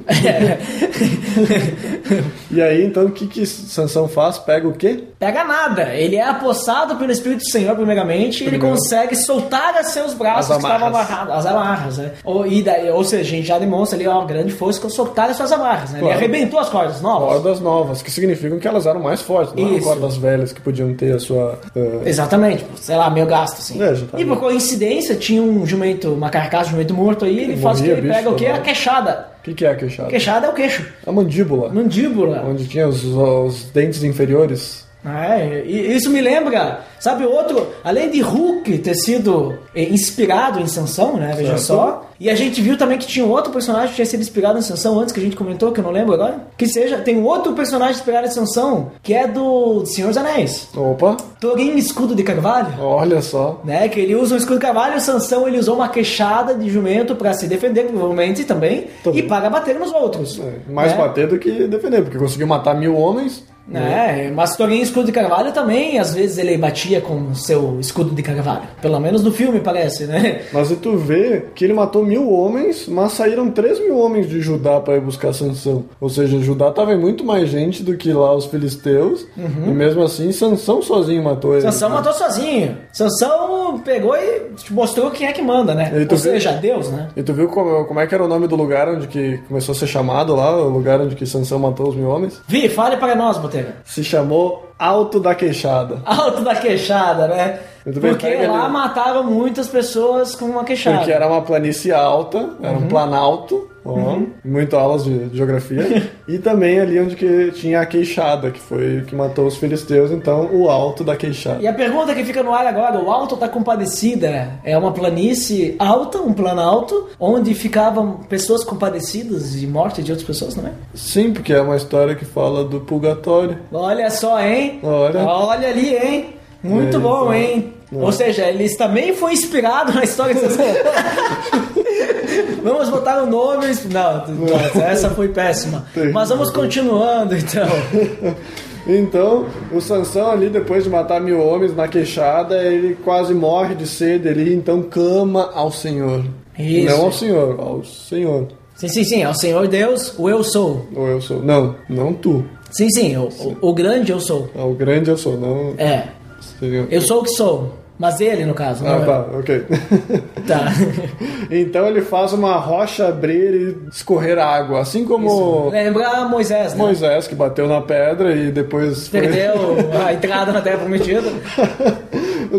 S4: E aí, então, o que que Sansão faz? Pega o quê?
S3: Pega nada. Ele é apossado pelo Espírito do Senhor, primeiramente, e ele
S4: Primeiro.
S3: consegue soltar as seus braços
S4: As
S3: que estavam
S4: amarras.
S3: amarrados, as amarras, né? Ou, e daí- ou seja, a gente já demonstra ali uma grande força com soltar as suas amarras, né?
S4: Claro.
S3: Ele arrebentou as cordas novas.
S4: Cordas novas, que significam que elas eram mais fortes, não eram
S3: Isso.
S4: cordas velhas que podiam ter a sua. eh,
S3: Exatamente, pô, sei lá, meio gasto, assim.
S4: É, já tá
S3: e por coincidência, tinha um jumento, uma carcaça de jumento morto aí, ele
S4: Morria,
S3: faz o que ele
S4: bicho,
S3: pega o quê?
S4: total.
S3: A queixada.
S4: O que, que é a queixada?
S3: Queixada é o queixo.
S4: A mandíbula,
S3: Mandíbula.
S4: onde tinha os, os dentes inferiores.
S3: É, e isso me lembra, sabe, outro, além de Hulk ter sido eh, inspirado em Sansão, né? Veja
S4: Certo.
S3: só. E a gente viu também que tinha um outro personagem que tinha sido inspirado em Sansão antes que a gente comentou, que eu não lembro agora. Que seja, tem um outro personagem inspirado em Sansão, que é do Senhor dos Anéis.
S4: Opa,
S3: Thorin Escudo de Carvalho.
S4: olha só.
S3: Né, que ele usa um escudo de carvalho, o Sansão ele usou uma queixada de jumento para se defender, provavelmente também,
S4: Também.
S3: e para bater nos outros.
S4: É, Mais
S3: né?
S4: bater do que defender, porque conseguiu matar mil homens. né?
S3: É, mas Torinho Escudo de Carvalho também, às vezes ele batia com seu escudo de Carvalho. Pelo menos no filme parece, né?
S4: Mas e tu vê que ele matou mil homens, mas saíram três mil homens de Judá para ir buscar Sansão. Ou seja, Judá tava em muito mais gente do que lá os filisteus. E mesmo assim, Sansão sozinho matou ele.
S3: Uhum.
S4: né?
S3: Sansão matou sozinho. Sansão pegou e mostrou quem é que manda, né?
S4: Ele
S3: Ou
S4: também-
S3: seja, Deus, né?
S4: E tu viu como, como é que era o nome do lugar onde que começou a ser chamado lá, o lugar onde que Sansão matou os mil homens?
S3: Vi, fale para nós, Botega.
S4: Se chamou Alto da Queixada.
S3: Alto da queixada, né?
S4: Muito bem,
S3: Porque
S4: pega
S3: lá
S4: ali.
S3: matavam muitas pessoas com uma queixada.
S4: Porque era uma planície alta, era
S3: Uhum.
S4: um planalto, ó, muito aulas de de geografia. e também ali onde que tinha a queixada, que foi o que matou os filisteus, então o alto da queixada.
S3: E a pergunta que fica no ar agora, o Alto da Compadecida é uma planície alta, um planalto, onde ficavam pessoas compadecidas de morte de outras pessoas, não é?
S4: Sim, porque é uma história que fala do purgatório.
S3: Olha só, hein?
S4: Olha.
S3: Olha ali, hein? Muito
S4: Eita.
S3: bom, hein? Ou seja, eles também foi inspirado na história de Sansão. vamos botar o nome. Não, nossa, essa foi péssima.
S4: Tem.
S3: Mas vamos continuando então.
S4: Então, o Sansão ali, depois de matar mil homens na queixada, ele quase morre de sede ali, então clama ao Senhor.
S3: Isso.
S4: Não ao Senhor, ao Senhor.
S3: Sim, sim, sim, é o Senhor Deus, o eu sou.
S4: Ou eu sou. Não, não tu.
S3: Sim, sim, o, o- o grande eu sou.
S4: É o grande eu sou, não.
S3: É,
S4: Seria-
S3: eu sou o que sou. Mas ele, no caso.
S4: Ah,
S3: não é.
S4: tá, ok.
S3: eu. tá.
S4: Então ele faz uma rocha abrir e escorrer água, assim como
S3: Lembra Moisés, né?
S4: Moisés que bateu na pedra e depois foi-
S3: Perdeu a entrada na Terra Prometida.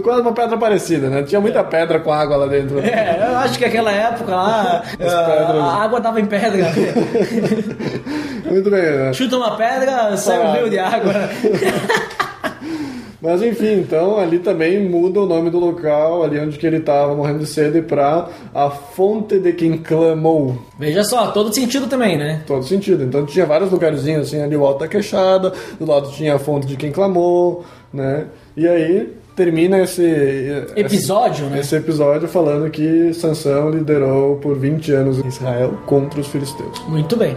S4: Quase uma pedra parecida, né? Tinha muita pedra com água lá dentro.
S3: É, eu acho que aquela época lá,
S4: pedras.
S3: a água tava em pedra.
S4: Muito bem. Né?
S3: Chuta uma pedra, sai um
S4: Parado.
S3: rio de água.
S4: Mas enfim, então ali também muda o nome do local, ali onde que ele tava morrendo de sede, pra a fonte de quem clamou.
S3: Veja só, todo sentido também, né?
S4: Todo sentido. Então tinha vários lugarzinhos assim, ali o Alto da Queixada, do lado tinha a fonte de quem clamou, né? E aí termina esse É,
S3: Episódio, né?
S4: Esse episódio falando que Sansão liderou por 20 anos Israel contra os filisteus.
S3: Muito bem.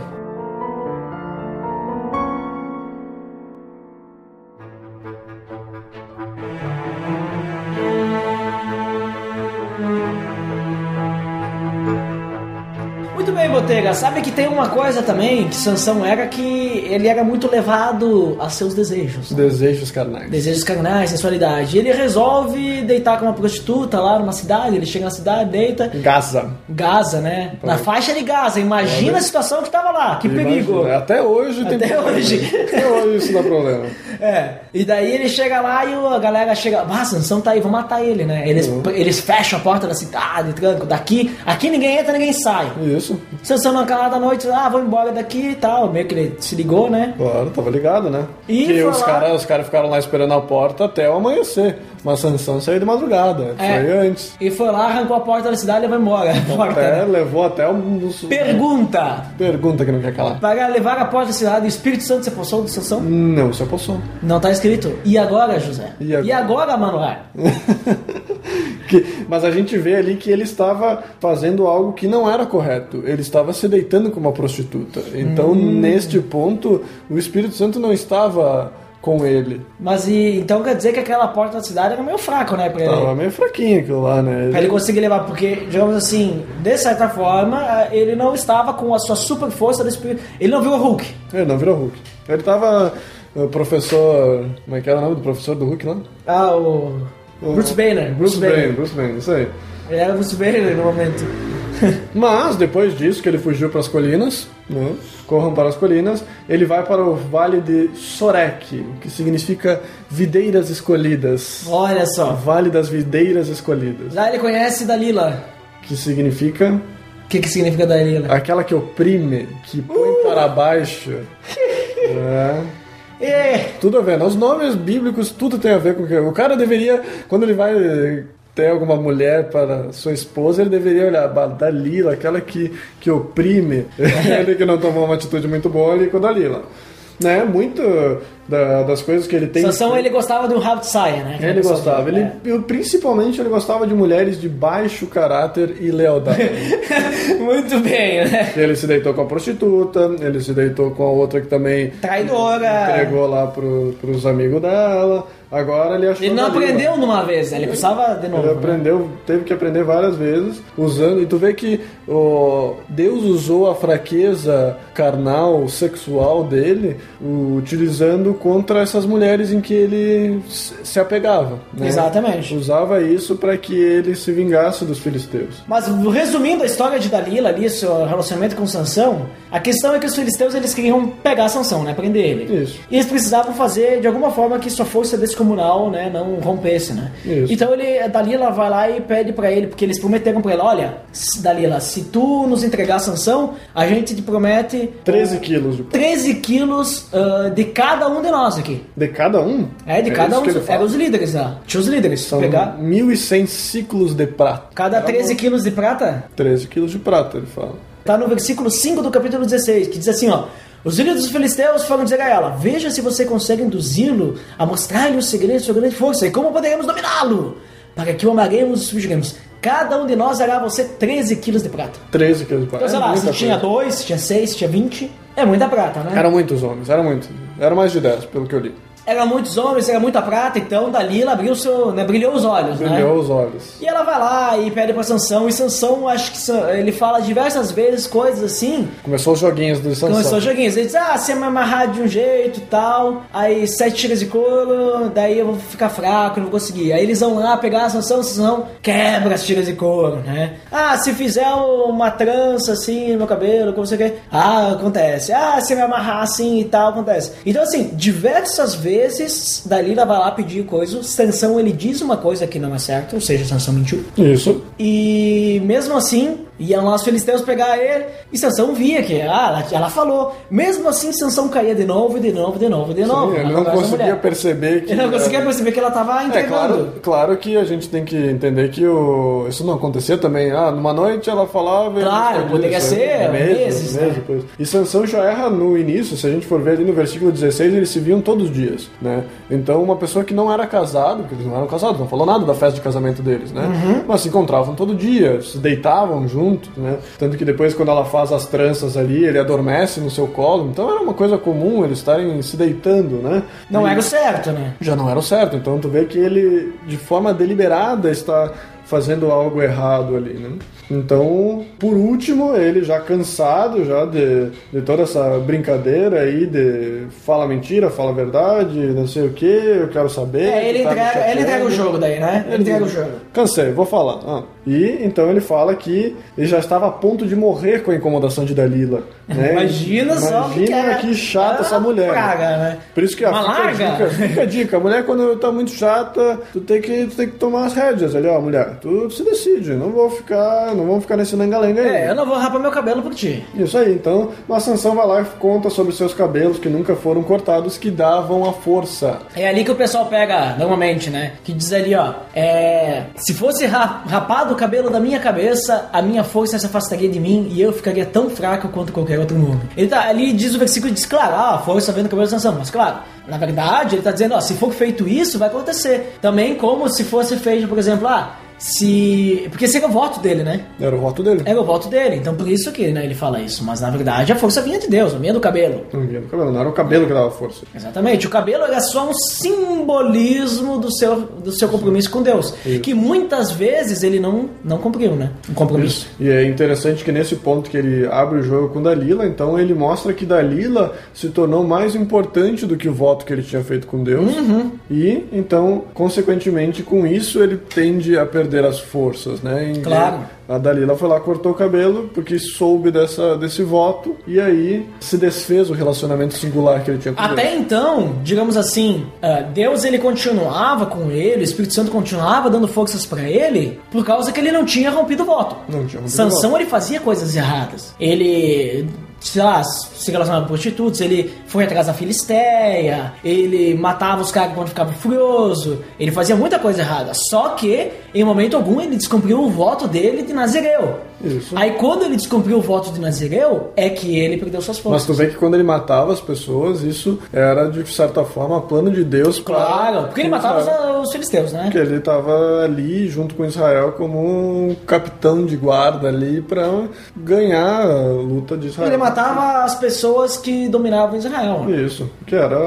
S3: Muito bem, Botega. Sabe que tem uma coisa também que Sansão era que ele era muito levado a seus desejos.
S4: Os Desejos carnais.
S3: Desejos carnais, sensualidade. E ele resolve deitar com uma prostituta lá numa cidade. Ele chega na cidade, deita.
S4: Gaza.
S3: Gaza, né? Na faixa de Gaza. Imagina a situação que tava lá. Que perigo.
S4: Imagina, Até hoje tem
S3: Até
S4: problema.
S3: hoje.
S4: Até hoje isso dá problema.
S3: É. E daí ele chega lá e o- a galera chega. Ah, Sansão tá aí, vamos matar ele, né? Eles,
S4: Uhum.
S3: eles fecham a porta da cidade, tranco. Daqui, aqui ninguém entra, ninguém sai.
S4: Isso.
S3: Sansão na calada da noite, ah, vou embora daqui e tal. Meio que ele se ligou, né?
S4: Claro, tava ligado, né?
S3: E
S4: que
S3: foi
S4: os
S3: lá-
S4: caras os cara ficaram lá esperando a porta até o amanhecer. Mas Sansão saiu de madrugada.
S3: É.
S4: Foi antes.
S3: E foi lá, arrancou a porta da cidade e levou embora. A porta,
S4: Até,
S3: né?
S4: levou até um dos...
S3: Pergunta.
S4: Pergunta que não quer calar.
S3: Para levar a porta da cidade, o Espírito Santo se apossou do Sansão?
S4: Não, isso é poção.
S3: Não tá escrito. E agora, José?
S4: E agora?
S3: E agora Manoel?
S4: Que- mas a gente vê ali que ele estava fazendo algo que não era correto. Ele estava se deitando com uma prostituta. Então, neste ponto, o Espírito Santo não estava com ele.
S3: Mas e, então quer dizer que aquela porta da cidade era meio fraco, né? Pra ele,
S4: Tava meio fraquinho aquilo lá, né?
S3: pra ele conseguir levar, porque, digamos assim, de certa forma, ah, ele não estava com a sua super força do espírito. Ele não viu o Hulk.
S4: Ele É, não virou Hulk. Ele estava O professor. Como é que era o nome do professor do Hulk lá?
S3: Ah, o.
S4: O-
S3: Bruce Banner.
S4: Bruce Banner, Bruce Banner, isso aí.
S3: Ele era o Bruce Banner no momento.
S4: Mas depois disso, que ele fugiu para as colinas, né? corram para as colinas, ele vai para o vale de Sorek, que significa videiras escolhidas.
S3: Olha só.
S4: Vale das Videiras Escolhidas,
S3: Lá ele conhece Dalila.
S4: que significa
S3: O que, que significa Dalila?
S4: aquela que oprime, que põe para baixo. É.
S3: É.
S4: Tudo a ver, né? Os nomes bíblicos, tudo tem a ver com o que. O cara deveria, quando ele vai ter alguma mulher para sua esposa, ele deveria olhar, "Bah, Dalila, aquela que, que oprime, ele que não tomou uma atitude muito boa ali com a Dalila. Né? Muito da- das coisas que ele tem.
S3: Sansão, ele gostava do rabo de saia, né? Aquela
S4: Ele
S3: pessoa
S4: gostava.
S3: que-
S4: Ele,
S3: é.
S4: eu- principalmente ele gostava de mulheres de baixo caráter e lealdade.
S3: Muito bem, né?
S4: ele se deitou com a prostituta, ele se deitou com a outra que também
S3: Traidora.
S4: entregou lá pro, pros amigos dela. Agora ele achou.
S3: Ele não
S4: a Dalila.
S3: aprendeu numa vez, né? ele precisava de novo.
S4: Ele
S3: né?
S4: aprendeu, teve que aprender várias vezes, usando. E tu vê que ó, Deus usou a fraqueza carnal, sexual dele, o- utilizando contra essas mulheres em que ele se se apegava. né?
S3: Exatamente.
S4: Usava isso para que ele se vingasse dos filisteus.
S3: Mas resumindo a história de Dalila ali, seu relacionamento com Sansão, a questão é que os filisteus eles queriam pegar Sansão, né? Prender ele.
S4: Isso.
S3: E eles precisavam fazer de alguma forma que sua força descomunal, né, não rompesse, né?
S4: Isso.
S3: Então ele, a Dalila vai lá e pede pra ele, porque eles prometeram pra ela, olha, se- Dalila, se tu nos entregar Sansão, a gente te promete
S4: 13 quilos de,
S3: 13 quilos ah, de cada um de nós aqui.
S4: de cada um?
S3: É, de
S4: É
S3: cada
S4: isso
S3: um.
S4: que ele fala.
S3: Era os líderes lá. Tinha os líderes.
S4: São
S3: pegar.
S4: 1.100 ciclos de prata.
S3: Cada
S4: Era
S3: 13
S4: bom.
S3: quilos de prata
S4: 13 quilos de prata, ele fala.
S3: Tá no versículo 5 do capítulo 16, que diz assim, ó. Os filhos dos filisteus foram dizer a ela, veja se você consegue induzi-lo a mostrar-lhe o segredo de sua grande força e como poderemos dominá-lo, para que o amaremos e subjuguemos. Cada um de nós dará a você 13 quilos de prata.
S4: 13 quilos de prata.
S3: Então, sei
S4: É
S3: lá, se
S4: muita
S3: tinha
S4: coisa. um-
S3: 2, tinha 6, tinha 20, é muita prata, né?
S4: Eram muitos homens, eram muitos. Eram mais de 10, pelo que eu li.
S3: Era muitos homens, era muita prata, então Dalila abriu seu, né, brilhou os olhos, né?
S4: Brilhou os olhos.
S3: E ela vai lá e pede pra Sansão, e Sansão, acho que San- ele fala diversas vezes coisas assim,
S4: Começou os joguinhos do Sansão.
S3: Começou os joguinhos. Ele diz, ah, se eu me amarrar de um jeito e tal, aí sete tiras de couro, daí eu vou ficar fraco, eu não vou conseguir. Aí eles vão lá pegar a sanção, sanção, quebra as tiras de couro, né? Ah, se fizer uma trança assim no meu cabelo, como você quer. Ah, acontece. Ah, se eu me amarrar assim e tal, acontece. Então, assim, diversas vezes Dalila vai lá pedir coisa, Sansão ele diz uma coisa que não é certa, ou seja, Sansão mentiu.
S4: Isso.
S3: E mesmo assim, iam lá os filisteus pegar ele. E Sansão via que, ah, ela, ela falou. Mesmo assim, Sansão caía de novo, de novo, de novo, de novo.
S4: Sim,
S3: na
S4: ele
S3: conversa
S4: não
S3: da
S4: conseguia
S3: é mulher.
S4: perceber que.
S3: Ele não conseguia perceber que ela tava
S4: É
S3: entregando.
S4: claro, claro que a gente tem que entender que o... isso não acontecia também. Ah, numa noite ela falava. e
S3: Claro,
S4: depois
S3: poderia
S4: disso,
S3: ser
S4: né?
S3: meses, né?
S4: depois. E Sansão já erra no início, se a gente for ver ali no versículo 16, eles se viam todos os dias, né? Então, uma pessoa que não era casada, porque eles não eram casados, não falou nada da festa de casamento deles, né?
S3: Uhum.
S4: Mas se encontravam todo dia, se deitavam juntos, né? Tanto que depois, quando ela faz as tranças ali, ele adormece no seu colo. Então, era uma coisa comum eles estarem se deitando, né?
S3: Não
S4: E-
S3: era o certo, né?
S4: já não era o certo. Então tu vê que ele, de forma deliberada, está fazendo algo errado ali, né? Então, por último, ele já cansado já de, de toda essa brincadeira aí de fala mentira, fala verdade, não sei o que, eu quero saber.
S3: É, ele
S4: tu tá me
S3: entrega, ele
S4: chateando.
S3: entrega o jogo daí, né? Ele entrega o jogo.
S4: Cansei, vou falar. Ah, E então ele fala que ele já estava a ponto de morrer com a incomodação de Dalila. né?
S3: Imagina só o que que
S4: Imagina
S3: era.
S4: que, chata essa
S3: Ah,
S4: mulher.
S3: praga, né?
S4: Por isso que a
S3: Uma larga.
S4: fica, a dica, fica a dica. A mulher, quando tá muito chata, tu tem que, tu tem que tomar as rédeas ali, ó, mulher. Tu se decide, não vou ficar, não vamos ficar nesse lenga-lenga aí.
S3: É, eu não vou rapar meu cabelo por ti.
S4: Isso aí, então, mas Sansão vai lá e conta sobre seus cabelos que nunca foram cortados, que davam a força.
S3: É ali que o pessoal pega, normalmente, né? Que diz ali, ó. É, se fosse ra- rapado o cabelo da minha cabeça, a minha força se afastaria de mim e eu ficaria tão fraco quanto qualquer outro homem. Ele tá ali diz o versículo diz, claro, ah, a força vem do cabelo de Sansão, mas claro. Na verdade, ele tá dizendo, ó, se for feito isso, vai acontecer. Também como se fosse feito, por exemplo, ah, se. Porque esse é o voto dele, né?
S4: Era o voto dele.
S3: Era o voto dele, então por isso que né, ele fala isso. Mas na verdade a força vinha de Deus, não vinha do cabelo.
S4: Não vinha do cabelo, não era o cabelo que dava força.
S3: Exatamente, o cabelo era só um simbolismo do seu, do seu compromisso com Deus, que muitas vezes ele não, não cumpriu, né? Um compromisso.
S4: E é interessante que nesse ponto que ele abre o jogo com Dalila, então ele mostra que Dalila se tornou mais importante do que o voto que ele tinha feito com Deus.
S3: Uhum.
S4: E então, consequentemente, com isso ele tende a perder as forças, né? E
S3: Claro.
S4: A Dalila foi lá, cortou o cabelo, porque soube dessa, desse voto, e aí se desfez o relacionamento singular que ele tinha com Deus.
S3: Até então, digamos assim, ah, Deus ele continuava com ele, o Espírito Santo continuava dando forças pra ele, por causa que ele não tinha rompido o voto.
S4: Não tinha rompido o
S3: Sansão ele fazia coisas erradas. Ele sei lá, se relacionava com prostitutas, ele foi atrás da Filistéia, ele matava os caras quando ficava furioso, ele fazia muita coisa errada. Só que, em momento algum, ele descumpriu o voto dele de Nazireu.
S4: Isso.
S3: Aí, quando ele descumpriu o voto de Nazireu, é que ele perdeu suas
S4: Mas
S3: forças.
S4: tu vê que quando ele matava as pessoas, isso era de certa forma plano de Deus pra-
S3: Claro, porque ele matava
S4: Israel.
S3: os, os filisteus, né?
S4: Porque ele tava ali junto com Israel como um capitão de guarda ali pra ganhar a luta de Israel.
S3: Ele matava as pessoas que dominavam Israel.
S4: Isso, que era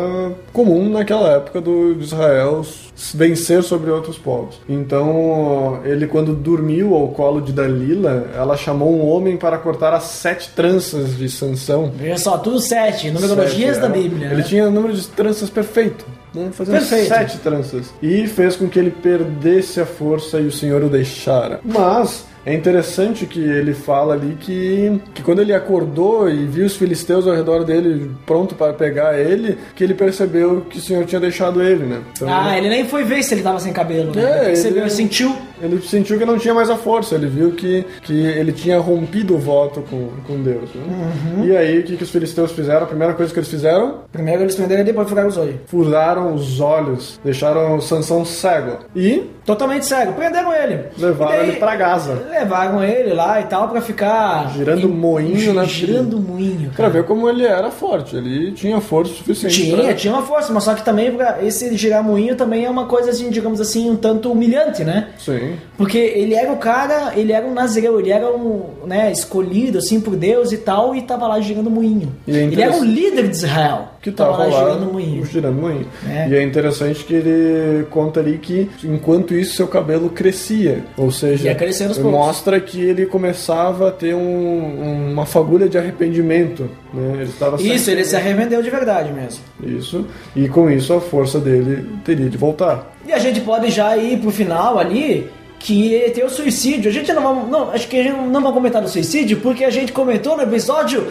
S4: comum naquela época do de Israel s- vencer sobre outros povos. Então, ele quando dormiu ao colo de Dalila, ela chamou um homem para cortar as sete tranças de Sansão.
S3: Veja só, tudo sete, numerologias
S4: Sete,
S3: da
S4: era.
S3: Bíblia.
S4: Ele
S3: né?
S4: tinha o número de tranças perfeito. Né? Fazendo
S3: Perfeito.
S4: sete tranças. E fez com que ele perdesse a força e o Senhor o deixara. Mas é interessante que ele fala ali que, que quando ele acordou e viu os filisteus ao redor dele pronto para pegar ele, que ele percebeu que o Senhor tinha deixado ele, né? Então,
S3: Ah, ele nem foi ver se ele tava sem cabelo. Né?
S4: É,
S3: Ele percebeu,
S4: ele-
S3: ele sentiu.
S4: Ele sentiu que não tinha mais a força, ele viu que, que ele tinha rompido o voto com, com Deus. né?
S3: Uhum.
S4: E aí, o que, que os filisteus fizeram? A primeira coisa que eles fizeram
S3: Primeiro eles prenderam e depois furaram os olhos.
S4: furaram os olhos, deixaram o Sansão cego e
S3: Totalmente cego. Prenderam ele.
S4: levaram
S3: E daí,
S4: ele pra Gaza,
S3: Levaram ele lá e tal pra ficar.
S4: girando moinho na
S3: Girando o moinho.
S4: Pra
S3: Cara.
S4: ver como ele era forte, ele tinha força suficiente.
S3: Tinha,
S4: pra-
S3: tinha uma força, mas só que também pra- esse girar moinho também é uma coisa assim, digamos assim, um tanto humilhante, né?
S4: Sim.
S3: Porque ele era o cara, ele era um nazireu, ele era um, né, escolhido assim por Deus e tal, e tava lá girando moinho.
S4: E é
S3: ele era o
S4: interessante-
S3: líder de Israel.
S4: Que tava,
S3: lá
S4: lá
S3: girando moinho.
S4: girando moinho.
S3: É.
S4: E é interessante que ele conta ali que enquanto isso seu cabelo crescia. Ou seja,
S3: Ia crescendo aos poucos.
S4: mostra que ele começava a ter um- uma fagulha de arrependimento. Né? Ele estava
S3: Isso, ele se arrependeu de verdade mesmo.
S4: Isso. E com isso a força dele teria de voltar.
S3: E a gente pode já ir pro final ali, que tem o suicídio. A gente não vai. Não, acho que a gente não vai comentar no suicídio, porque a gente comentou no episódio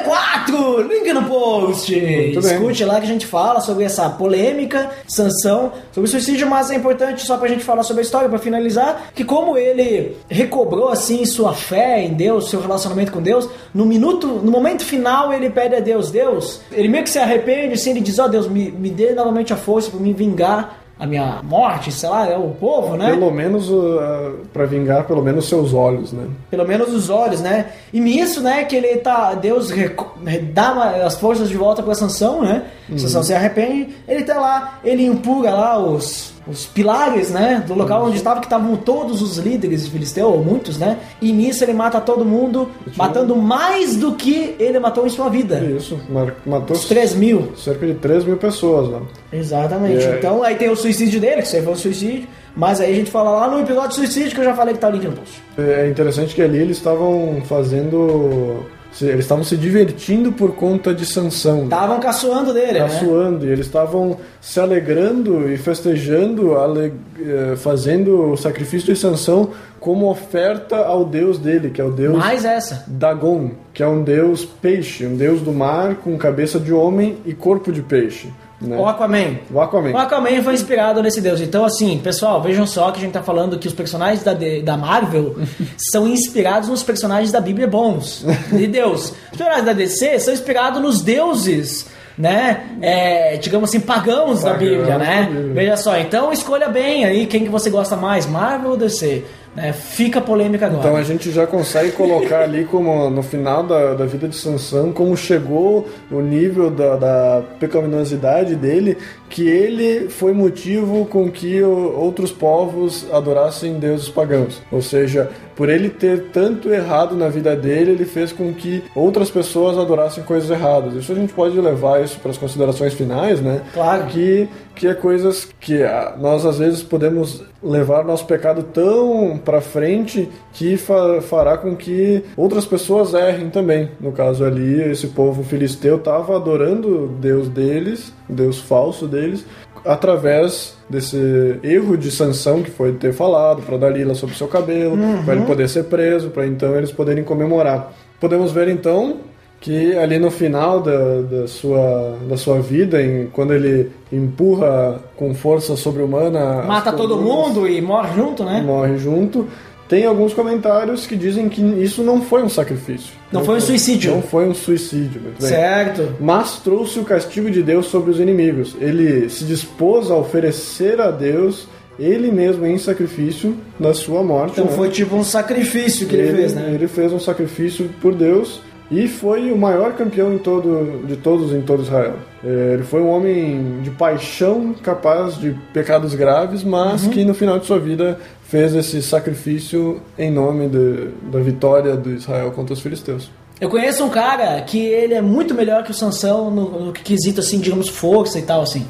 S3: 34! Link no post!
S4: Muito bem.
S3: Escute lá que a gente fala sobre essa polêmica, sanção, sobre o suicídio, mas é importante só pra gente falar sobre a história, pra finalizar, que como ele recobrou assim sua fé em Deus, seu relacionamento com Deus, no minuto, no momento final ele pede a Deus, Deus, ele meio que se arrepende, assim, ele diz, ó Deus, me, me dê novamente a força pra me vingar a minha morte, sei lá, é o povo, né?
S4: Pelo menos uh, para vingar, pelo menos seus olhos, né?
S3: pelo menos os olhos, né? E nisso, né, que ele tá. Deus reco- dá uma- as forças de volta pra Sansão, né?
S4: Uhum.
S3: Sansão se arrepende, ele tá lá, ele empurra lá os, os pilares, né? Do
S4: Uhum.
S3: local onde estava, que estavam todos os líderes de Filisteu, ou muitos, né? E nisso ele mata todo mundo, matando
S4: um-
S3: mais do que ele matou em sua
S4: É
S3: vida.
S4: Isso, mar- matou
S3: Os 3 mil.
S4: cerca de 3 mil pessoas, né?
S3: Exatamente.
S4: É.
S3: Então aí tem o suicídio dele, que isso aí foi o suicídio, mas aí a gente fala lá no episódio de suicídio que eu já falei que tá o link no post.
S4: É interessante que ali eles estavam fazendo... se- Eles estavam se divertindo por conta de Sansão. né?
S3: Estavam caçoando dele, Tá, né?
S4: Caçoando, e eles estavam se alegrando e festejando, ale- eh, fazendo o sacrifício de Sansão como oferta ao deus dele, que é o deus
S3: né? Mais essa.
S4: Dagon, que é um deus peixe, um deus do mar com cabeça de homem e corpo de peixe. Né?
S3: O Aquaman.
S4: O Aquaman.
S3: O Aquaman foi inspirado nesse deus. Então, assim, pessoal, vejam só que a gente tá falando que os personagens da, D- da Marvel são inspirados nos personagens da Bíblia bons, de Deus. Os personagens da DC são inspirados nos deuses, né? É, digamos assim, pagãos da
S4: Pagãos
S3: Bíblia, né?
S4: da Bíblia.
S3: Veja só, então escolha bem aí quem que você gosta mais, Marvel ou DC. né? Fica a polêmica agora.
S4: Então a gente já consegue colocar ali como no final da, da vida de Sansão como chegou o nível da, da pecaminosidade dele, que ele foi motivo com que o- outros povos adorassem deuses pagãos. Ou seja, por ele ter tanto errado na vida dele, ele fez com que outras pessoas adorassem coisas erradas. Isso a gente pode levar isso para as considerações finais, né?
S3: Claro.
S4: que, que é coisas que ah, nós às vezes podemos levar nosso pecado tão pra frente que fa- fará com que outras pessoas errem também. No caso ali, esse povo filisteu estava adorando o Deus deles, o Deus falso deles, através desse erro de sanção que foi ter falado para Dalila sobre seu cabelo, para ele poder ser preso, para então eles poderem comemorar. Podemos ver então que ali no final da, da, sua, da sua vida, em, quando ele empurra com força sobre-humana... as
S3: Mata todo
S4: colunas,
S3: mundo e morre junto, né?
S4: Morre junto. Tem alguns comentários que dizem que isso não foi um sacrifício.
S3: Não foi um suicídio.
S4: Não foi um suicídio, muito bem.
S3: Certo.
S4: Mas trouxe o castigo de Deus sobre os inimigos. Ele se dispôs a oferecer a Deus ele mesmo em sacrifício da sua morte.
S3: Então
S4: né?
S3: foi tipo um sacrifício que ele, fez, né?
S4: Ele fez um sacrifício por Deus e foi o maior campeão em todo, de todos em todo Israel. É, Ele foi um homem de paixão, capaz de pecados graves, mas
S3: Uhum.
S4: que no final de sua vida fez esse sacrifício em nome de- da vitória do Israel contra os filisteus.
S3: Eu conheço um cara que ele é muito melhor que o Sansão no, no quesito, assim, digamos, força e tal, assim.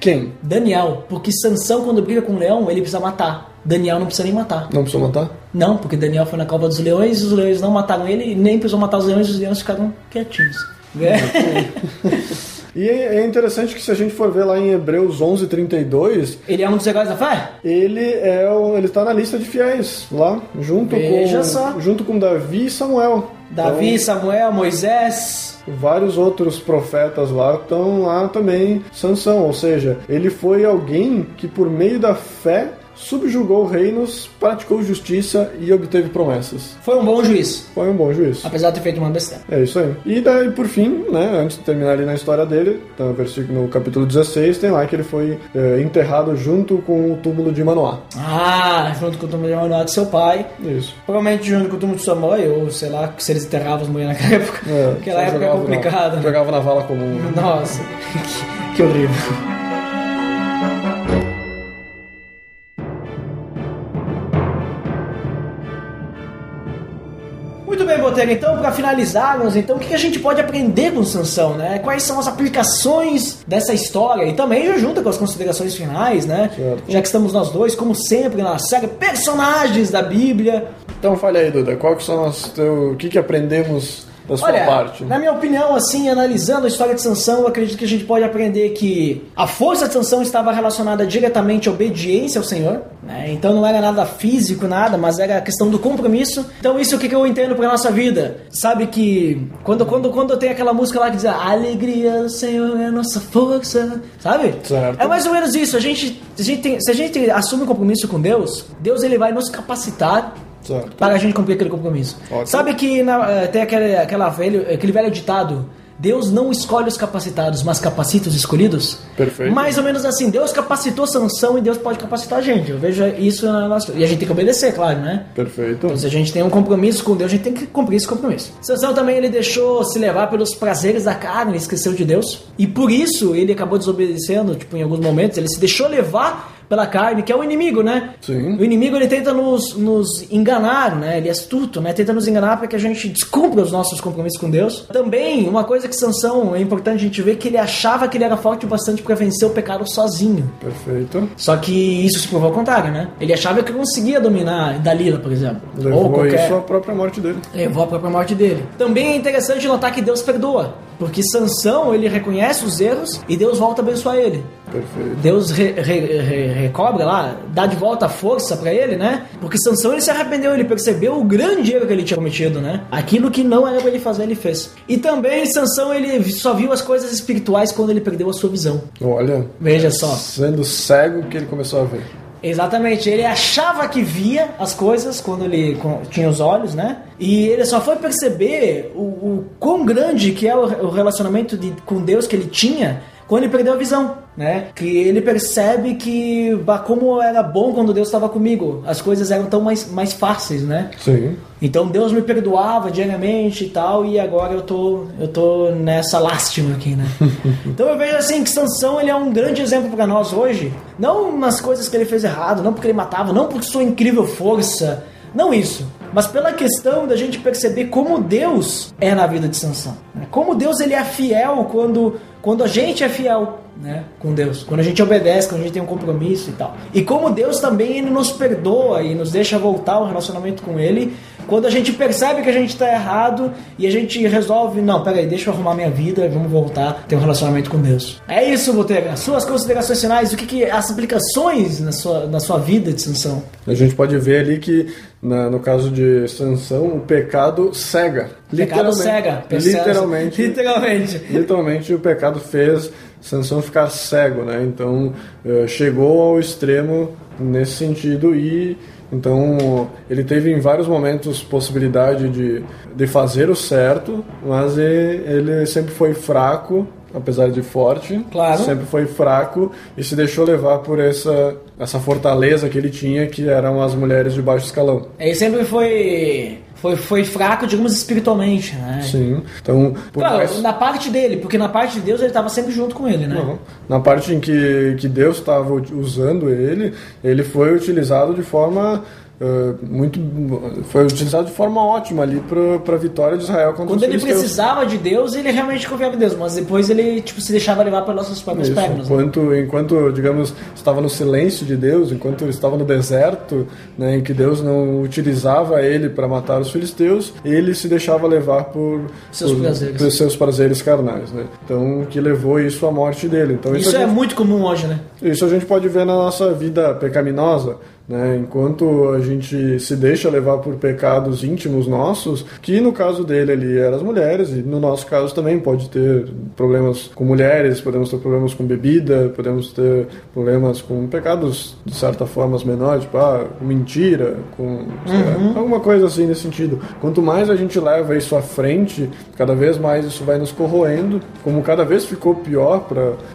S4: Quem?
S3: Daniel, porque Sansão, quando briga com o leão, ele precisa matar. Daniel não precisa nem matar.
S4: Não precisou matar?
S3: Não, porque Daniel foi na cova dos leões, os leões não mataram ele, e nem precisou matar os leões, os leões ficaram quietinhos. né?
S4: E é é interessante que se a gente for ver lá em Hebreus 11, 32,
S3: ele é um dos heróis da fé?
S4: ele é o, ele tá na lista de fiéis lá, junto
S3: Veja
S4: com
S3: só.
S4: junto com Davi e Samuel.
S3: Davi,
S4: Então,
S3: Samuel, Moisés.
S4: vários outros profetas lá estão lá também, Sansão, ou seja, ele foi alguém que por meio da fé subjugou reinos, praticou justiça e obteve promessas.
S3: Foi um bom juiz,
S4: Foi um bom juiz.
S3: apesar de ter feito uma besteira.
S4: É isso aí. E daí, por fim, né, antes de terminar ali na história dele, tá no, versículo, no capítulo 16, tem lá que ele foi eh, enterrado junto com o túmulo de Manoá.
S3: Ah, junto com o túmulo de Manoá de seu pai.
S4: Isso.
S3: Provavelmente junto com o túmulo de sua mãe, ou sei lá, se eles enterravam as mulheres naquela época.
S4: É,
S3: Aquela
S4: só
S3: época é
S4: jogava na-
S3: complicada. né?
S4: Jogava na vala comum. né?
S3: Nossa, que, que horrível. Muito bem, Botega. Então, para finalizarmos, então, o que que a gente pode aprender com Sansão, né? Quais são as aplicações dessa história? E também já junta com as considerações finais, né?
S4: Certo.
S3: Já que estamos nós dois, como sempre, na série Personagens da Bíblia.
S4: Então fale aí, Duda, qual que são as teu, o que que aprendemos da sua
S3: Olha,
S4: parte?
S3: na minha opinião, assim, analisando a história de Sansão, eu acredito que a gente pode aprender que a força de Sansão estava relacionada diretamente à obediência ao Senhor, né? Então não era nada físico, nada, mas era a questão do compromisso. Então isso é o que que eu entendo pra nossa vida. Sabe que quando, quando, quando tem aquela música lá que diz a alegria do Senhor é a nossa força, sabe?
S4: Certo.
S3: É mais ou menos isso. A gente, a gente tem- se a gente assume um compromisso com Deus, Deus ele vai nos capacitar
S4: Certo.
S3: para a gente cumprir aquele compromisso.
S4: Ótimo.
S3: Sabe que na- eh, tem aquele, aquela velho, aquele velho ditado: Deus não escolhe os capacitados, mas capacita os escolhidos?
S4: Perfeito.
S3: Mais ou menos assim: Deus capacitou Sansão e Deus pode capacitar a gente. Eu vejo isso na nossa. E a gente tem que obedecer, claro, né?
S4: Perfeito.
S3: Então, se a gente tem um compromisso com Deus, a gente tem que cumprir esse compromisso. Sansão também ele deixou se levar pelos prazeres da carne, esqueceu de Deus. E por isso ele acabou desobedecendo, tipo, em alguns momentos, ele se deixou levar pela carne, que é o inimigo, né?
S4: Sim.
S3: O inimigo ele tenta nos, nos enganar, né? Ele é astuto, né? Tenta nos enganar para que a gente descumpra os nossos compromissos com Deus. Também, uma coisa que Sansão é importante a gente ver que ele achava que ele era forte o bastante para vencer o pecado sozinho.
S4: Perfeito.
S3: Só que isso se provou ao contrário, né? Ele achava que conseguia dominar Dalila, por exemplo.
S4: Levou
S3: ou qualquer...
S4: isso à própria morte dele.
S3: Levou a própria morte dele. Também é interessante notar que Deus perdoa. Porque Sansão, ele reconhece os erros e Deus volta a abençoar ele.
S4: Perfeito.
S3: Deus re- re- re- recobra lá, dá de volta a força pra ele, né? Porque Sansão ele se arrependeu, ele percebeu o grande erro que ele tinha cometido, né? Aquilo que não era pra ele fazer, ele fez. E também Sansão ele só viu as coisas espirituais quando ele perdeu a sua visão.
S4: Olha,
S3: Veja só.
S4: sendo cego que ele começou a ver.
S3: Exatamente, ele achava que via as coisas quando ele co- tinha os olhos, né? E ele só foi perceber o, o quão grande que é o, re- o relacionamento de- com Deus que ele tinha quando ele perdeu a visão, né? Que ele percebe que bah, como era bom quando Deus estava comigo, as coisas eram tão mais, mais fáceis, né?
S4: Sim.
S3: Então Deus me perdoava diariamente e tal, e agora eu tô, eu tô nessa lástima aqui, né? então eu vejo assim que Sansão ele é um grande exemplo para nós hoje. Não nas coisas que ele fez errado, não porque ele matava, não por sua incrível força, não isso. Mas pela questão da gente perceber como Deus é na vida de Sansão. né? Como Deus ele é fiel quando, quando a gente é fiel né, com Deus. Quando a gente obedece, quando a gente tem um compromisso e tal. E como Deus também ele nos perdoa e nos deixa voltar ao relacionamento com Ele, quando a gente percebe que a gente está errado e a gente resolve, não, peraí, deixa eu arrumar minha vida, vamos voltar a ter um relacionamento com Deus. É isso, Botega. Suas considerações finais, o que, que as aplicações na sua, na sua vida de sanção?
S4: A gente pode ver ali que, na- no caso de Sansão, o pecado cega.
S3: Pecado
S4: Literalmente.
S3: cega.
S4: Literalmente.
S3: Literalmente.
S4: Literalmente o pecado fez Sansão ficar cego, né? Então eh, chegou ao extremo nesse sentido e então ele teve em vários momentos possibilidade de, de fazer o certo, mas e- ele sempre foi fraco, apesar de forte,
S3: Claro.
S4: sempre foi fraco e se deixou levar por essa essa fortaleza que ele tinha que eram as mulheres de baixo escalão.
S3: Ele sempre foi, foi, foi fraco, digamos, espiritualmente, né?
S4: Sim. Então, por
S3: Claro,
S4: mais-
S3: na parte dele, porque na parte de Deus ele estava sempre junto com ele, né?
S4: Não. Uhum. Na parte em que, que Deus estava ut- usando ele, ele foi utilizado de forma eh, muito foi utilizado de forma ótima ali para a vitória de Israel contra os
S3: Quando ele
S4: filisteus.
S3: precisava de Deus, ele realmente confiava em Deus, mas depois ele tipo se deixava levar pelas suas próprias
S4: Isso.
S3: pernas. né?
S4: Enquanto, enquanto, digamos, estava no silêncio de Deus, enquanto estava no deserto, né, em que Deus não utilizava ele para matar os filisteus, ele se deixava levar por
S3: Seus
S4: por,
S3: prazeres.
S4: por seus prazeres carnais, né? Então, que levou isso à morte dele. Então,
S3: Isso
S4: a
S3: é
S4: gente-
S3: muito comum hoje, né?
S4: Isso a gente pode ver na nossa vida pecaminosa, né? Enquanto a gente se deixa levar por pecados íntimos nossos, que no caso dele ali eram as mulheres, e no nosso caso também pode ter problemas com mulheres, podemos ter problemas com bebida, podemos ter problemas com pecados de certa forma as menores, tipo, ah, com mentira, com sei lá, alguma coisa assim nesse sentido. Quanto mais a gente leva isso à frente, cada vez mais isso vai nos corroendo, como cada vez ficou pior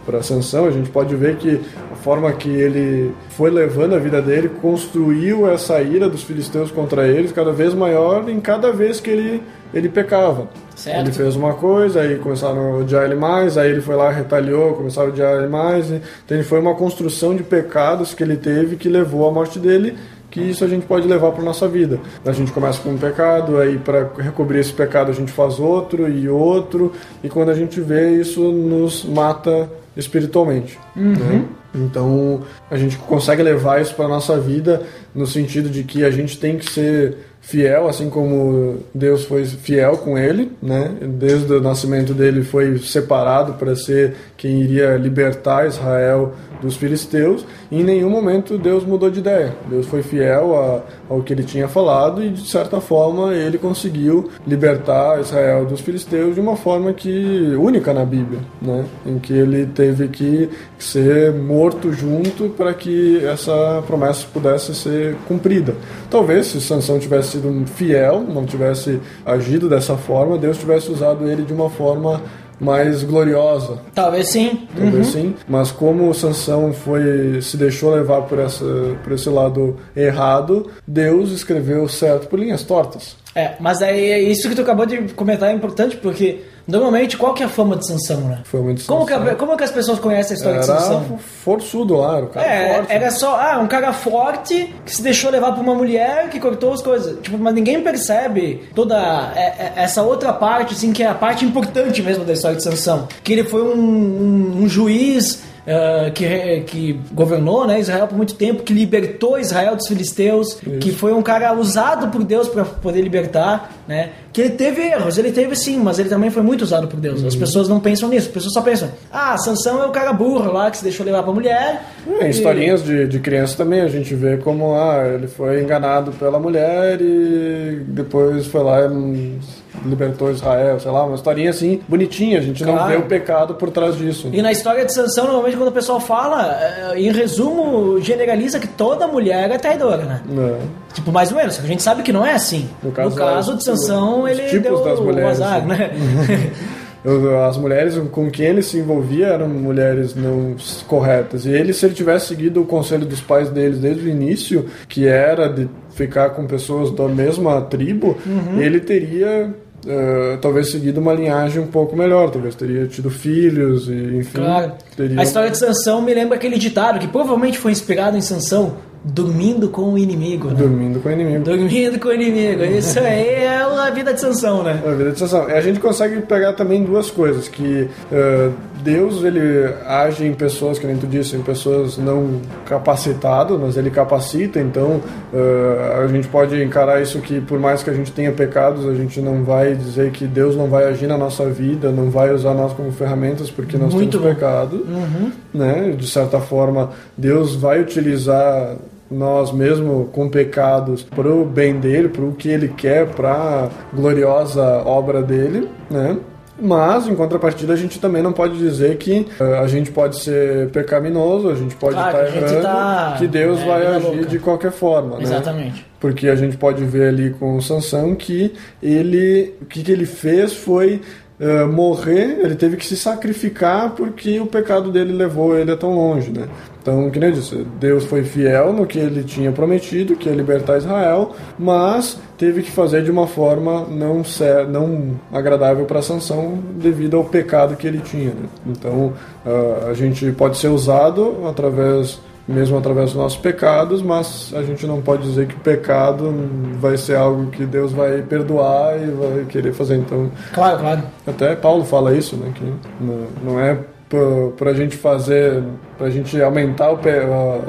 S4: para a Sansão, a gente pode ver que a forma que ele foi levando a vida dele construiu essa ira dos filisteus contra eles cada vez maior em cada vez que ele, ele pecava.
S3: Certo.
S4: Ele fez uma coisa, aí começaram a odiar ele mais, aí ele foi lá, retaliou, começaram a odiar ele mais. e- Então ele foi uma construção de pecados que ele teve que levou à morte dele, que isso a gente pode levar para nossa vida. A gente começa com um pecado, aí para recobrir esse pecado a gente faz outro e outro, e quando a gente vê isso nos mata espiritualmente. né? Então a gente consegue levar isso para nossa vida no sentido de que a gente tem que ser fiel, assim como Deus foi fiel com ele, né? Desde o nascimento dele foi separado para ser quem iria libertar Israel dos filisteus. E em nenhum momento Deus mudou de ideia. Deus foi fiel a, ao que ele tinha falado e de certa forma ele conseguiu libertar Israel dos filisteus de uma forma que única na Bíblia, né? Em que ele teve que ser morto junto para que essa promessa pudesse ser cumprida. Talvez se Sansão tivesse sido um fiel, não tivesse agido dessa forma, Deus tivesse usado ele de uma forma mais gloriosa,
S3: Talvez sim.
S4: talvez sim. Mas como o Sansão foi se deixou levar por essa por esse lado errado, Deus escreveu certo por linhas tortas.
S3: É, mas aí isso que tu acabou de comentar é importante porque normalmente qual que é a fama de Sansão, né?
S4: Foi muito
S3: Como que, a-
S4: Sansão.
S3: como que as pessoas conhecem a história de
S4: era
S3: Sansão?
S4: forçudo lá, era o cara
S3: É,
S4: forte.
S3: era só, ah, um cara forte que se deixou levar por uma mulher que cortou as coisas. Tipo, mas ninguém percebe toda é, é, essa outra parte, assim, que é a parte importante mesmo da história de Sansão. Que ele foi um, um- um juiz. ah, que, re- que governou né, Israel por muito tempo, que libertou Israel dos filisteus, que foi um cara usado por Deus para poder libertar, né? Que ele teve erros, ele teve sim, mas ele também foi muito usado por Deus. As pessoas não pensam nisso, as pessoas só pensam: ah, Sansão é o cara burro lá que se deixou levar pra mulher,
S4: É, em historinhas de, de criança também a gente vê como ah, ele foi enganado pela mulher e depois foi lá e hum, libertou Israel, sei lá, uma historinha assim bonitinha, a gente não
S3: Claro.
S4: vê o pecado por trás disso.
S3: E na história de Sansão, normalmente quando o pessoal fala, eh, em resumo, generaliza que toda mulher é traidora, né?
S4: É.
S3: Tipo, mais ou menos. A gente sabe que não é assim.
S4: No caso, é
S3: de Sansão,
S4: os
S3: ele
S4: tipos
S3: deu
S4: das
S3: o
S4: mulheres, assim.
S3: azar, né?
S4: Eu- As mulheres com quem ele se envolvia eram mulheres não s- corretas. E ele, se ele tivesse seguido o conselho dos pais deles desde o início, que era de ficar com pessoas da mesma tribo,
S3: Uhum.
S4: ele teria. eh, talvez seguido uma linhagem um pouco melhor, talvez teria tido filhos, e, enfim.
S3: Claro.
S4: teria-
S3: A história de Sansão me lembra aquele ditado que provavelmente foi inspirado em Sansão, dormindo com o inimigo, né?
S4: Dormindo com o inimigo.
S3: Dormindo com o inimigo. Isso aí é a vida de Sansão, né?
S4: A vida de sensação. A gente consegue pegar também duas coisas, que eh, Deus ele age em pessoas, que nem tu disse, em pessoas não capacitadas, mas ele capacita, então eh, a gente pode encarar isso que por mais que a gente tenha pecados, a gente não vai dizer que Deus não vai agir na nossa vida, não vai usar nós como ferramentas porque nós
S3: Muito
S4: temos
S3: bom.
S4: pecado,
S3: Uhum.
S4: né? De certa forma, Deus vai utilizar nós mesmo com pecados pro bem dele, pro que ele quer, pra gloriosa obra dele, né? Mas, em contrapartida, a gente também não pode dizer que eh, a gente pode ser pecaminoso, a gente pode estar
S3: Claro, que a gente
S4: errando,
S3: tá,
S4: que Deus
S3: né,
S4: vai
S3: vida
S4: agir
S3: louca.
S4: de qualquer forma, né?
S3: Exatamente.
S4: Porque a gente pode ver ali com o Sansão que ele, o que, que ele fez foi eh, morrer, ele teve que se sacrificar porque o pecado dele levou ele a tão longe, né? Então, que nem eu disse, Deus foi fiel no que ele tinha prometido, que ia libertar Israel, mas teve que fazer de uma forma não, cer- não agradável para Sansão devido ao pecado que ele tinha. Né? Então, ah, a gente pode ser usado através mesmo através dos nossos pecados, mas a gente não pode dizer que pecado vai ser algo que Deus vai perdoar e vai querer fazer. Então,
S3: Claro, claro.
S4: até Paulo fala isso, né? Que não- não é pra- pra gente fazer, pra gente aumentar o pe- a-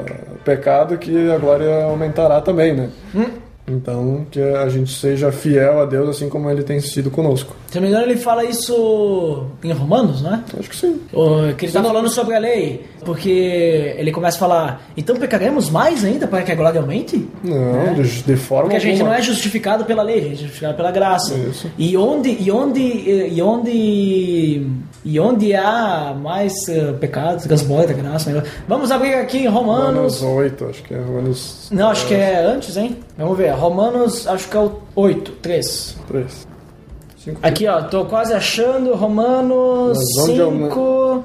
S4: pecado que a glória aumentará também, né?
S3: Hum.
S4: Então, que a gente seja fiel a Deus assim como ele tem sido conosco.
S3: Se não me engano, ele fala isso em Romanos, não é?
S4: Então, Acho que sim.
S3: O- Que ele tá falando sobre a lei, porque ele começa a falar, então pecaremos mais ainda para que a glória aumente?
S4: Não, de, de forma
S3: É. Porque a gente não
S4: alguma.
S3: é justificado pela lei, a gente é justificado pela graça.
S4: Isso.
S3: E onde e onde e onde e onde há mais eh, pecados, gasboita, graça, negócio. Vamos abrir aqui em Romanos.
S4: Romanos 8, acho que é Romanos
S3: Não, acho que é antes, hein? Vamos ver. Romanos, acho que é o 8, 3.
S4: 3. 5,
S3: Aqui, ó, tô quase achando Romanos
S4: Mas onde é o-
S3: 5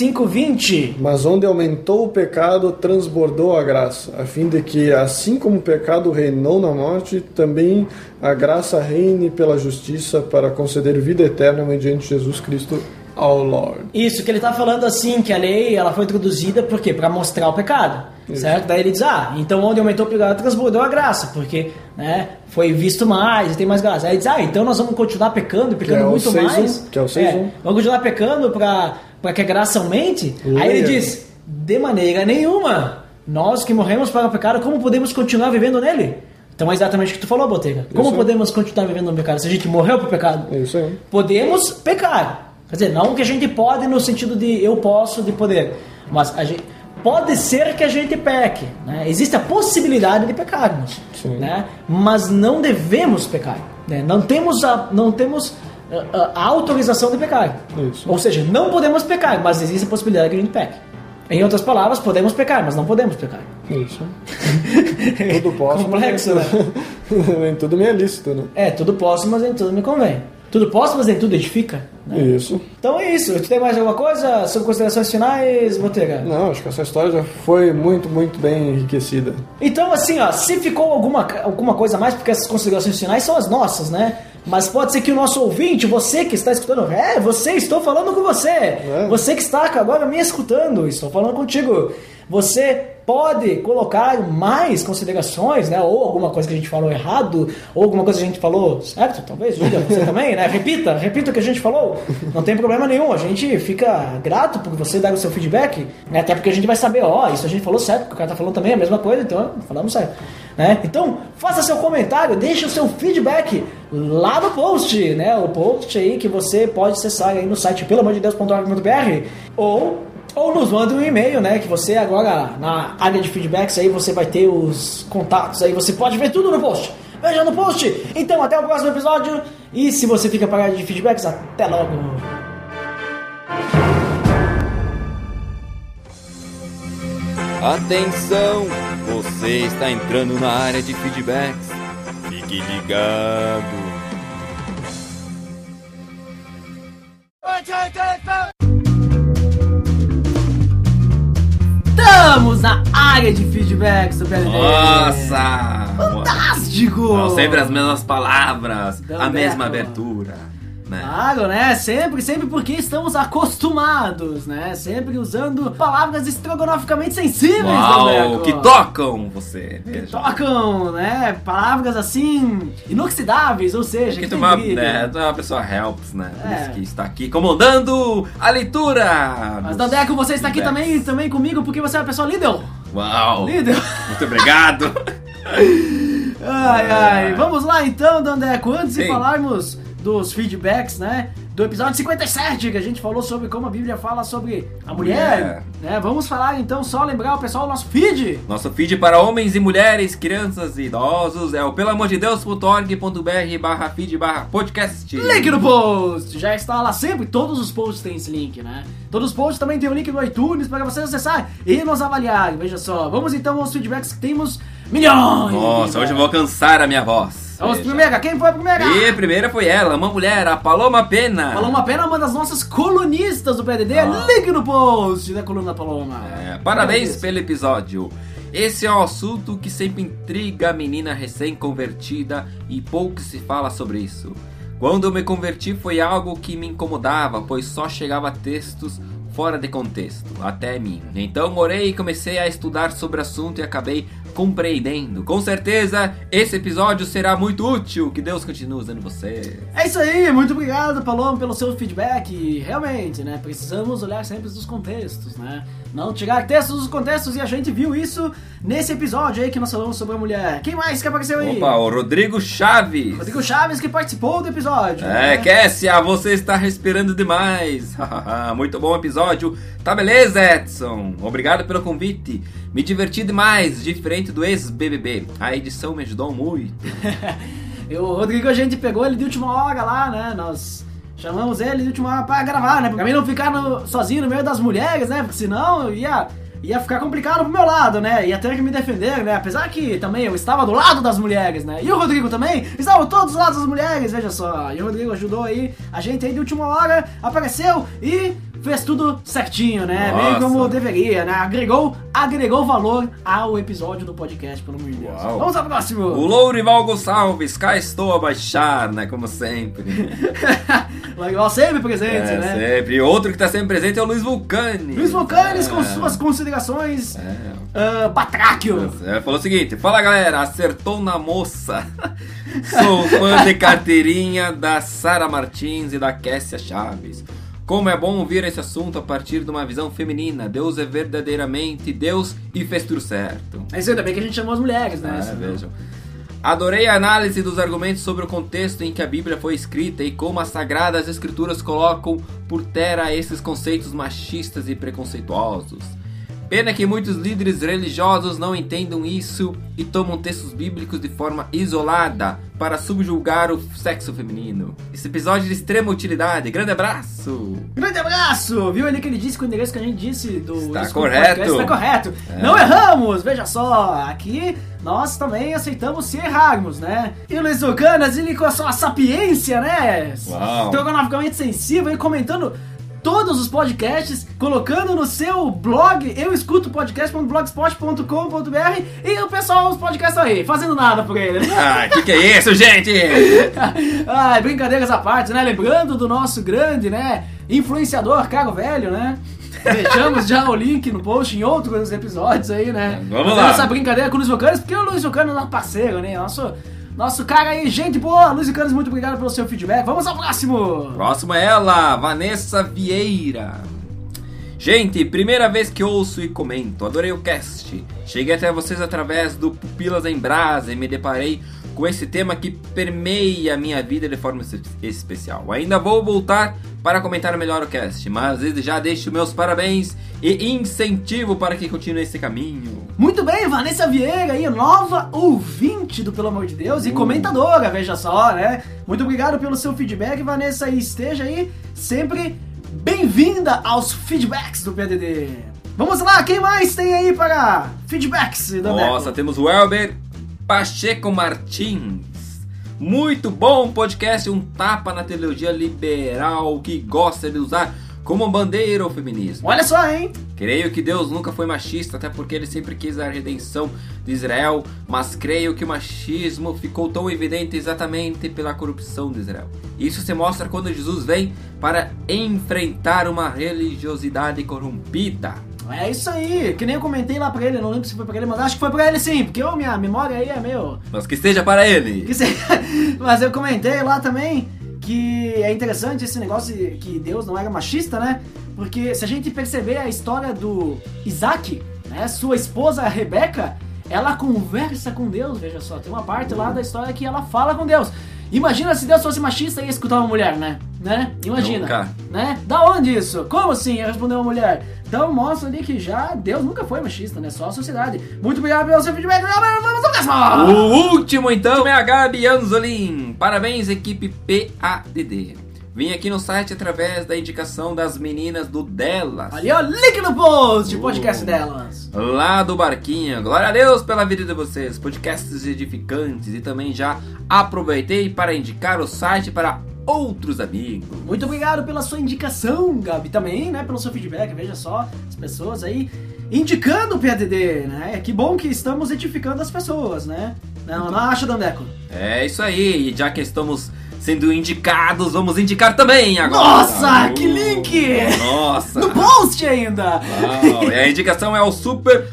S3: 5 20.
S4: Mas onde aumentou o pecado, transbordou a graça, a fim de que, assim como o pecado reinou na morte, também a graça reine pela justiça para conceder vida eterna mediante Jesus Cristo ao Lord.
S3: Isso, que ele tá falando assim, que a lei ela foi introduzida por quê? Pra mostrar o pecado. Certo? Daí ele diz, ah, então onde aumentou o pecado transbordou a graça, porque né, foi visto mais e tem mais graça. Aí ele diz, ah, então nós vamos continuar pecando, e pecando
S4: é o
S3: muito
S4: 6.1,
S3: mais.
S4: que é o 6.1.
S3: vamos continuar pecando pra, pra que a graça aumente? Aí
S4: Leia.
S3: ele diz, de maneira nenhuma, nós que morremos para o pecado, como podemos continuar vivendo nele? Então é exatamente o que tu falou, Botega. Como
S4: Isso.
S3: podemos continuar vivendo no pecado se a gente morreu pro pecado?
S4: É isso aí.
S3: Podemos pecar. Quer dizer, não que a gente pode no sentido de eu posso, de poder. Mas a gente, pode ser que a gente peque. Né? Existe a possibilidade de pecarmos.
S4: Sim.
S3: Né? Mas não devemos pecar. Né? Não temos, a, não temos eh, a, a autorização de pecar.
S4: Isso.
S3: Ou seja, não podemos pecar, mas existe a possibilidade que a gente peque. Em outras palavras, podemos pecar, mas não podemos pecar.
S4: é Isso. Tudo posso.
S3: Complexo, né?
S4: Nem tudo me é lícito, né?
S3: É, tudo posso, mas nem tudo me convém. Tudo posso, mas nem tudo edifica. Né?
S4: Isso.
S3: Então é isso. Tu tem mais alguma coisa sobre considerações finais, Botega?
S4: Não, acho que essa história já foi muito, muito bem enriquecida.
S3: Então, assim, ó, se ficou alguma, alguma coisa a mais, porque essas considerações finais são as nossas, né? Mas pode ser que o nosso ouvinte, você que está escutando, é, você, estou falando com você. Você que está agora me escutando, estou falando contigo. Você pode colocar mais considerações, né? Ou alguma coisa que a gente falou errado, ou alguma coisa que a gente falou certo, talvez, Julia, você também, né? Repita, repita o que a gente falou. Não tem problema nenhum, a gente fica grato por você dar o seu feedback, né? Até porque a gente vai saber, ó, isso a gente falou certo, porque o cara tá falando também a mesma coisa, então falamos certo. Né? Então, faça seu comentário, deixa o seu feedback lá no post, né? O post aí que você pode acessar aí no site pelo amor de Deus.org.br ou ou nos manda um e-mail, né? Que você agora, na área de feedbacks aí, você vai ter os contatos aí, você pode ver tudo no post. Veja no post! Então, até o próximo episódio. E se você fica para a área de feedbacks, até logo!
S5: Atenção! Você está entrando na área de feedbacks. Fique ligado!
S3: Estamos na área de feedbacks do PLD.
S5: Nossa!
S3: Fantástico!
S5: São sempre as mesmas palavras, a
S3: Gambetta.
S5: mesma abertura. Né?
S3: Claro, né? Sempre, sempre porque estamos acostumados, né? Sempre usando palavras estrogonoficamente sensíveis,
S5: Uau,
S3: Roberto.
S5: que tocam você!
S3: Que
S5: Veja.
S3: tocam, né? Palavras assim, inoxidáveis, ou seja,
S5: Que
S3: que,
S5: tu é
S3: tem
S5: uma,
S3: brilho.
S5: né, tu é uma pessoa helps, né? Por
S3: É.
S5: isso que está aqui comandando a leitura!
S3: Mas
S5: dos
S3: Dandeco, você está aqui
S5: feedbacks.
S3: também, também comigo porque você é uma pessoa líder.
S5: Uau!
S3: Líder.
S5: Muito obrigado! Ah.
S3: Ai, ai. Vamos lá então, Dandeco. Antes de
S5: Sim.
S3: falarmos dos feedbacks, né? do episódio 57, que a gente falou sobre como a Bíblia fala sobre a mulher. né? Vamos falar então, só lembrar o pessoal o nosso feed.
S5: Nosso feed para homens e mulheres, crianças e idosos é o pelamordedeus.org.br barra feed barra podcast.
S3: Link no post! Já está lá sempre, todos os posts têm esse link, né? Todos os posts também tem o link no iTunes para vocês acessarem e nos avaliarem. Veja só, vamos então aos feedbacks que temos milhões! de
S5: Nossa, hoje eu vou alcançar a minha voz.
S3: Vamos
S5: Veja.
S3: primeira, quem foi a primeira?
S5: E a primeira foi ela, uma mulher, a Paloma Pena.
S3: Paloma Pena, uma das nossas colunistas do PDD, link no post da coluna da Paloma.
S5: É, parabéns pelo episódio. Esse é um assunto que sempre intriga a menina recém-convertida e pouco se fala sobre isso. Quando eu me converti foi algo que me incomodava, pois só chegava textos fora de contexto, até mim. Então orei e comecei a estudar sobre o assunto e acabei compreendendo. Com certeza, esse episódio será muito útil. Que Deus continue usando você.
S3: É isso aí, muito obrigado, Paloma, pelo seu feedback. E, Realmente, né? Precisamos olhar sempre dos contextos, né? Não tirar textos dos contextos e a gente viu isso nesse episódio aí que nós falamos sobre a mulher. Quem mais que apareceu aí?
S5: Opa, o Rodrigo Chaves.
S3: Rodrigo Chaves que participou do episódio.
S5: É,
S3: né?
S5: Kessia, você está respirando demais. Muito bom episódio. Tá beleza, Edson? Obrigado pelo convite. Me diverti demais, diferente do ex-BBB. A edição me ajudou muito.
S3: E o Rodrigo, a gente pegou ele de última hora lá, né? Nós chamamos ele de última hora pra gravar, né? Pra mim não ficar no- sozinho no meio das mulheres, né? Porque senão eu ia, ia ficar complicado pro meu lado, né? Ia ter que me defender, né? Apesar que também eu estava do lado das mulheres, né? E o Rodrigo também estava todos os lados das mulheres, veja só. E o Rodrigo ajudou aí, a gente aí de última hora apareceu e fez tudo certinho, né?
S5: Nossa.
S3: Bem como deveria, né? Agregou, agregou valor ao episódio do podcast, pelo amor de Deus.
S5: Uau.
S3: Vamos ao próximo!
S5: O Lourival Gonçalves, cá estou a baixar, né? Como sempre.
S3: Legal, sempre presente,
S5: É,
S3: né?
S5: sempre. E outro que tá sempre presente é o Luiz Vulcani.
S3: Luiz Vulcanes com
S5: É.
S3: suas considerações
S5: É.
S3: ah, batráquio.
S5: É, falou o seguinte: Fala galera, acertou na moça. Sou fã de carteirinha da Sara Martins e da Kessia Chaves. Como é bom ouvir esse assunto a partir de uma visão feminina. Deus é verdadeiramente Deus e fez tudo certo.
S3: É isso ainda bem que a gente chamou as mulheres, né?
S5: É,
S3: Isso, né?
S5: vejam. Adorei a análise dos argumentos sobre o contexto em que a Bíblia foi escrita e como as sagradas escrituras colocam por terra esses conceitos machistas e preconceituosos. Pena que muitos líderes religiosos não entendam isso e tomam textos bíblicos de forma isolada para subjulgar o sexo feminino. Esse episódio é de extrema utilidade. Grande abraço!
S3: Grande abraço! Viu ali que ele disse que o endereço que a gente disse do.
S5: Está
S3: desse
S5: correto. É.
S3: podcast Está correto! Não erramos! Veja só, aqui nós também aceitamos se errarmos, né? E o Luiz Vulcanas, ele com a sua sapiência, né?
S5: Uau.
S3: Estrogonoficamente sensível e comentando. Todos os podcasts, colocando no seu blog, eu escuto podcast.blogspot.com.br e o pessoal, os podcasts aí, fazendo nada por ele. né?
S5: Ah, que que é isso, gente?
S3: Ai, brincadeiras à parte, né? Lembrando do nosso grande, né? Influenciador, caro velho, né? Deixamos já o link no post em outros episódios aí, né?
S5: É, Vamos
S3: Fazendo
S5: lá.
S3: Essa brincadeira com o Luiz Vulcanes, porque o Luiz Vulcanes é nosso parceiro, né? Nosso, nosso cara aí, gente boa. Luiz Vulcanes, muito obrigado pelo seu feedback. Vamos ao próximo!
S5: Próxima é ela, Vanessa Vieira. Gente, primeira vez que ouço e comento, adorei o cast. Cheguei até vocês através do Pupilas em Brasa e me deparei com esse tema que permeia a minha vida de forma es- especial. Ainda vou voltar para comentar melhor o cast, mas desde já deixo meus parabéns e incentivo para que continue esse caminho.
S3: Muito bem, Vanessa Vieira aí, nova ouvinte do Pelo Amor de Deus e comentadora, veja só, né? Muito obrigado pelo seu feedback, Vanessa, e esteja aí sempre bem-vinda aos feedbacks do PDD. Vamos lá, quem mais tem aí para feedbacks, Daneco?
S5: Nossa, temos o Elber Pacheco Martins. Muito bom podcast, um tapa na teologia liberal que gosta de usar como bandeira o feminismo.
S3: Olha só, hein?
S5: Creio que Deus nunca foi machista, até porque ele sempre quis a redenção de Israel, mas creio que o machismo ficou tão evidente exatamente pela corrupção de Israel. Isso se mostra quando Jesus vem para enfrentar uma religiosidade corrompida.
S3: É isso aí, que nem eu comentei lá pra ele, não lembro se foi pra ele, mas acho que foi pra ele sim, porque ô, minha memória aí é meio...
S5: Mas que seja para ele.
S3: Que se- Mas eu comentei lá também que é interessante esse negócio de que Deus não era machista, né? Porque se a gente perceber a história do Isaac, né? Sua esposa Rebeca, ela conversa com Deus, veja só, tem uma parte lá da história que ela fala com Deus. Imagina se Deus fosse machista e ia escutar uma mulher, né?
S6: né? Imagina.
S5: Nunca.
S6: Né? Da onde isso? Como assim? Respondeu a mulher. Então mostra ali que já Deus nunca foi machista, né? Só a sociedade. Muito obrigado pelo seu
S3: né?
S6: feedback. Vamos ao próximo!
S5: O último então é a Gabi Anzolin. Parabéns, equipe PADD. Vim aqui no site através da indicação das meninas do Delas.
S6: Ali, ó, link no post, podcast delas.
S5: Lá do Barquinho. Glória a Deus pela vida de vocês. Podcasts edificantes. E também já aproveitei para indicar o site para outros amigos.
S6: Muito obrigado pela sua indicação, Gabi, também, né? Pelo seu feedback, veja só, as pessoas aí indicando o PADD, né? Que bom que estamos edificando as pessoas, né? Não, não acha, Dandeco?
S5: É isso aí. E já que estamos sendo indicados, vamos indicar também agora.
S6: Nossa, que link!
S5: Nossa.
S6: No post ainda!
S5: Uau, e a indicação é o Super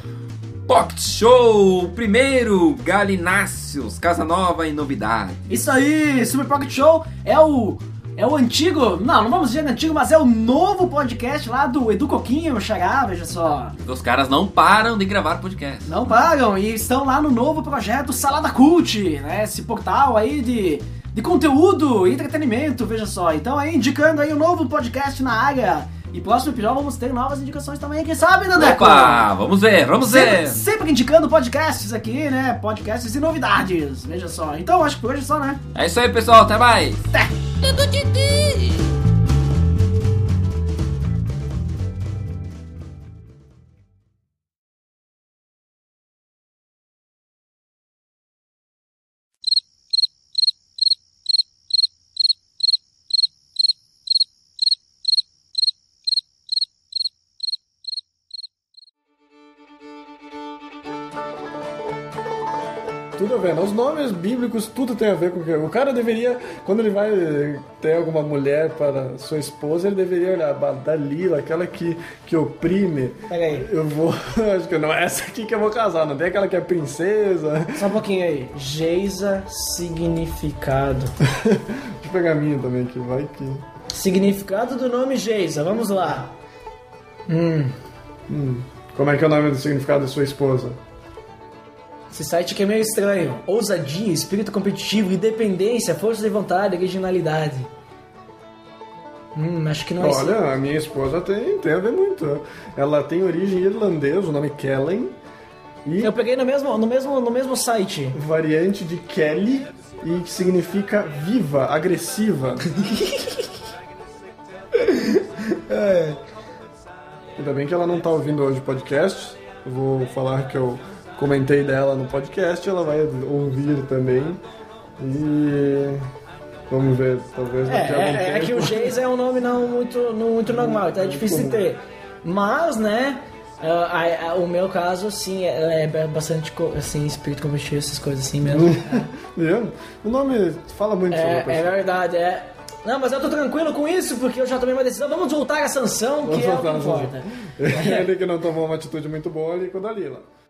S5: Pocket Show. Primeiro, Galináceos, Casa Nova e Novidade.
S6: Isso aí, Super Pocket Show é o. É o antigo, não, não vamos dizer antigo, mas é o novo podcast lá do Edu Coquinho, meu xará, veja só.
S5: Os caras não param de gravar podcast.
S6: Não pagam e estão lá no novo projeto Salada Cult, né? Esse portal aí de, de conteúdo e entretenimento, veja só. Então aí, indicando aí o novo podcast na área. E próximo episódio vamos ter novas indicações também, quem sabe, Dandeco?
S5: Opa, É. vamos ver, vamos
S6: Sempre,
S5: ver.
S6: sempre indicando podcasts aqui, né? Podcasts e novidades, veja só. Então acho que por hoje é só, né?
S5: É isso aí, pessoal, até mais.
S1: Dudu Titi!
S4: Tudo a ver, né? Os nomes bíblicos, tudo tem a ver com o que. O cara deveria, quando ele vai eh, ter alguma mulher para sua esposa, ele deveria olhar, "Bah, Dalila, aquela que, que oprime.
S3: Peraí.
S4: Eu vou. Acho que não, é essa aqui que eu vou casar, não tem aquela que é princesa.
S3: Só um pouquinho aí. Geisa significado.
S4: Deixa eu pegar a minha também aqui, vai que.
S3: Significado do nome Geisa, vamos lá.
S4: Como é que é o nome do significado de sua esposa?
S3: Esse site que é meio estranho. Ousadia, espírito competitivo, independência, força de vontade, originalidade. Hum, acho que não é isso.
S4: Olha, a minha esposa tem, tem a ver muito. Ela tem origem irlandesa, o nome é Kellen, e
S3: Eu peguei no mesmo, no mesmo, no mesmo site.
S4: variante de Kelly, e que significa viva, agressiva.
S3: É.
S4: Ainda bem que ela não tá ouvindo hoje o podcast. Eu vou falar que eu comentei dela no podcast, ela vai ouvir também. E vamos ver, talvez
S3: É,
S4: daqui a algum
S3: é, é
S4: tempo.
S3: que o Geisa é um nome não muito, não muito normal, então é difícil de ter. Mas, né, ah, ah, ah, o meu caso, assim, é, é bastante, co- assim, espírito competitivo, essas coisas assim mesmo.
S4: Viu? O nome fala muito sobre a
S3: É, é
S4: pessoa.
S3: verdade, é. Não, mas eu tô tranquilo com isso, porque eu já tomei uma decisão. Vamos voltar à sanção,
S4: Vamos
S3: que é o
S4: voltar
S3: que
S4: à sanção.
S3: importa.
S4: Ele que não tomou uma atitude muito boa ali com a Dalila.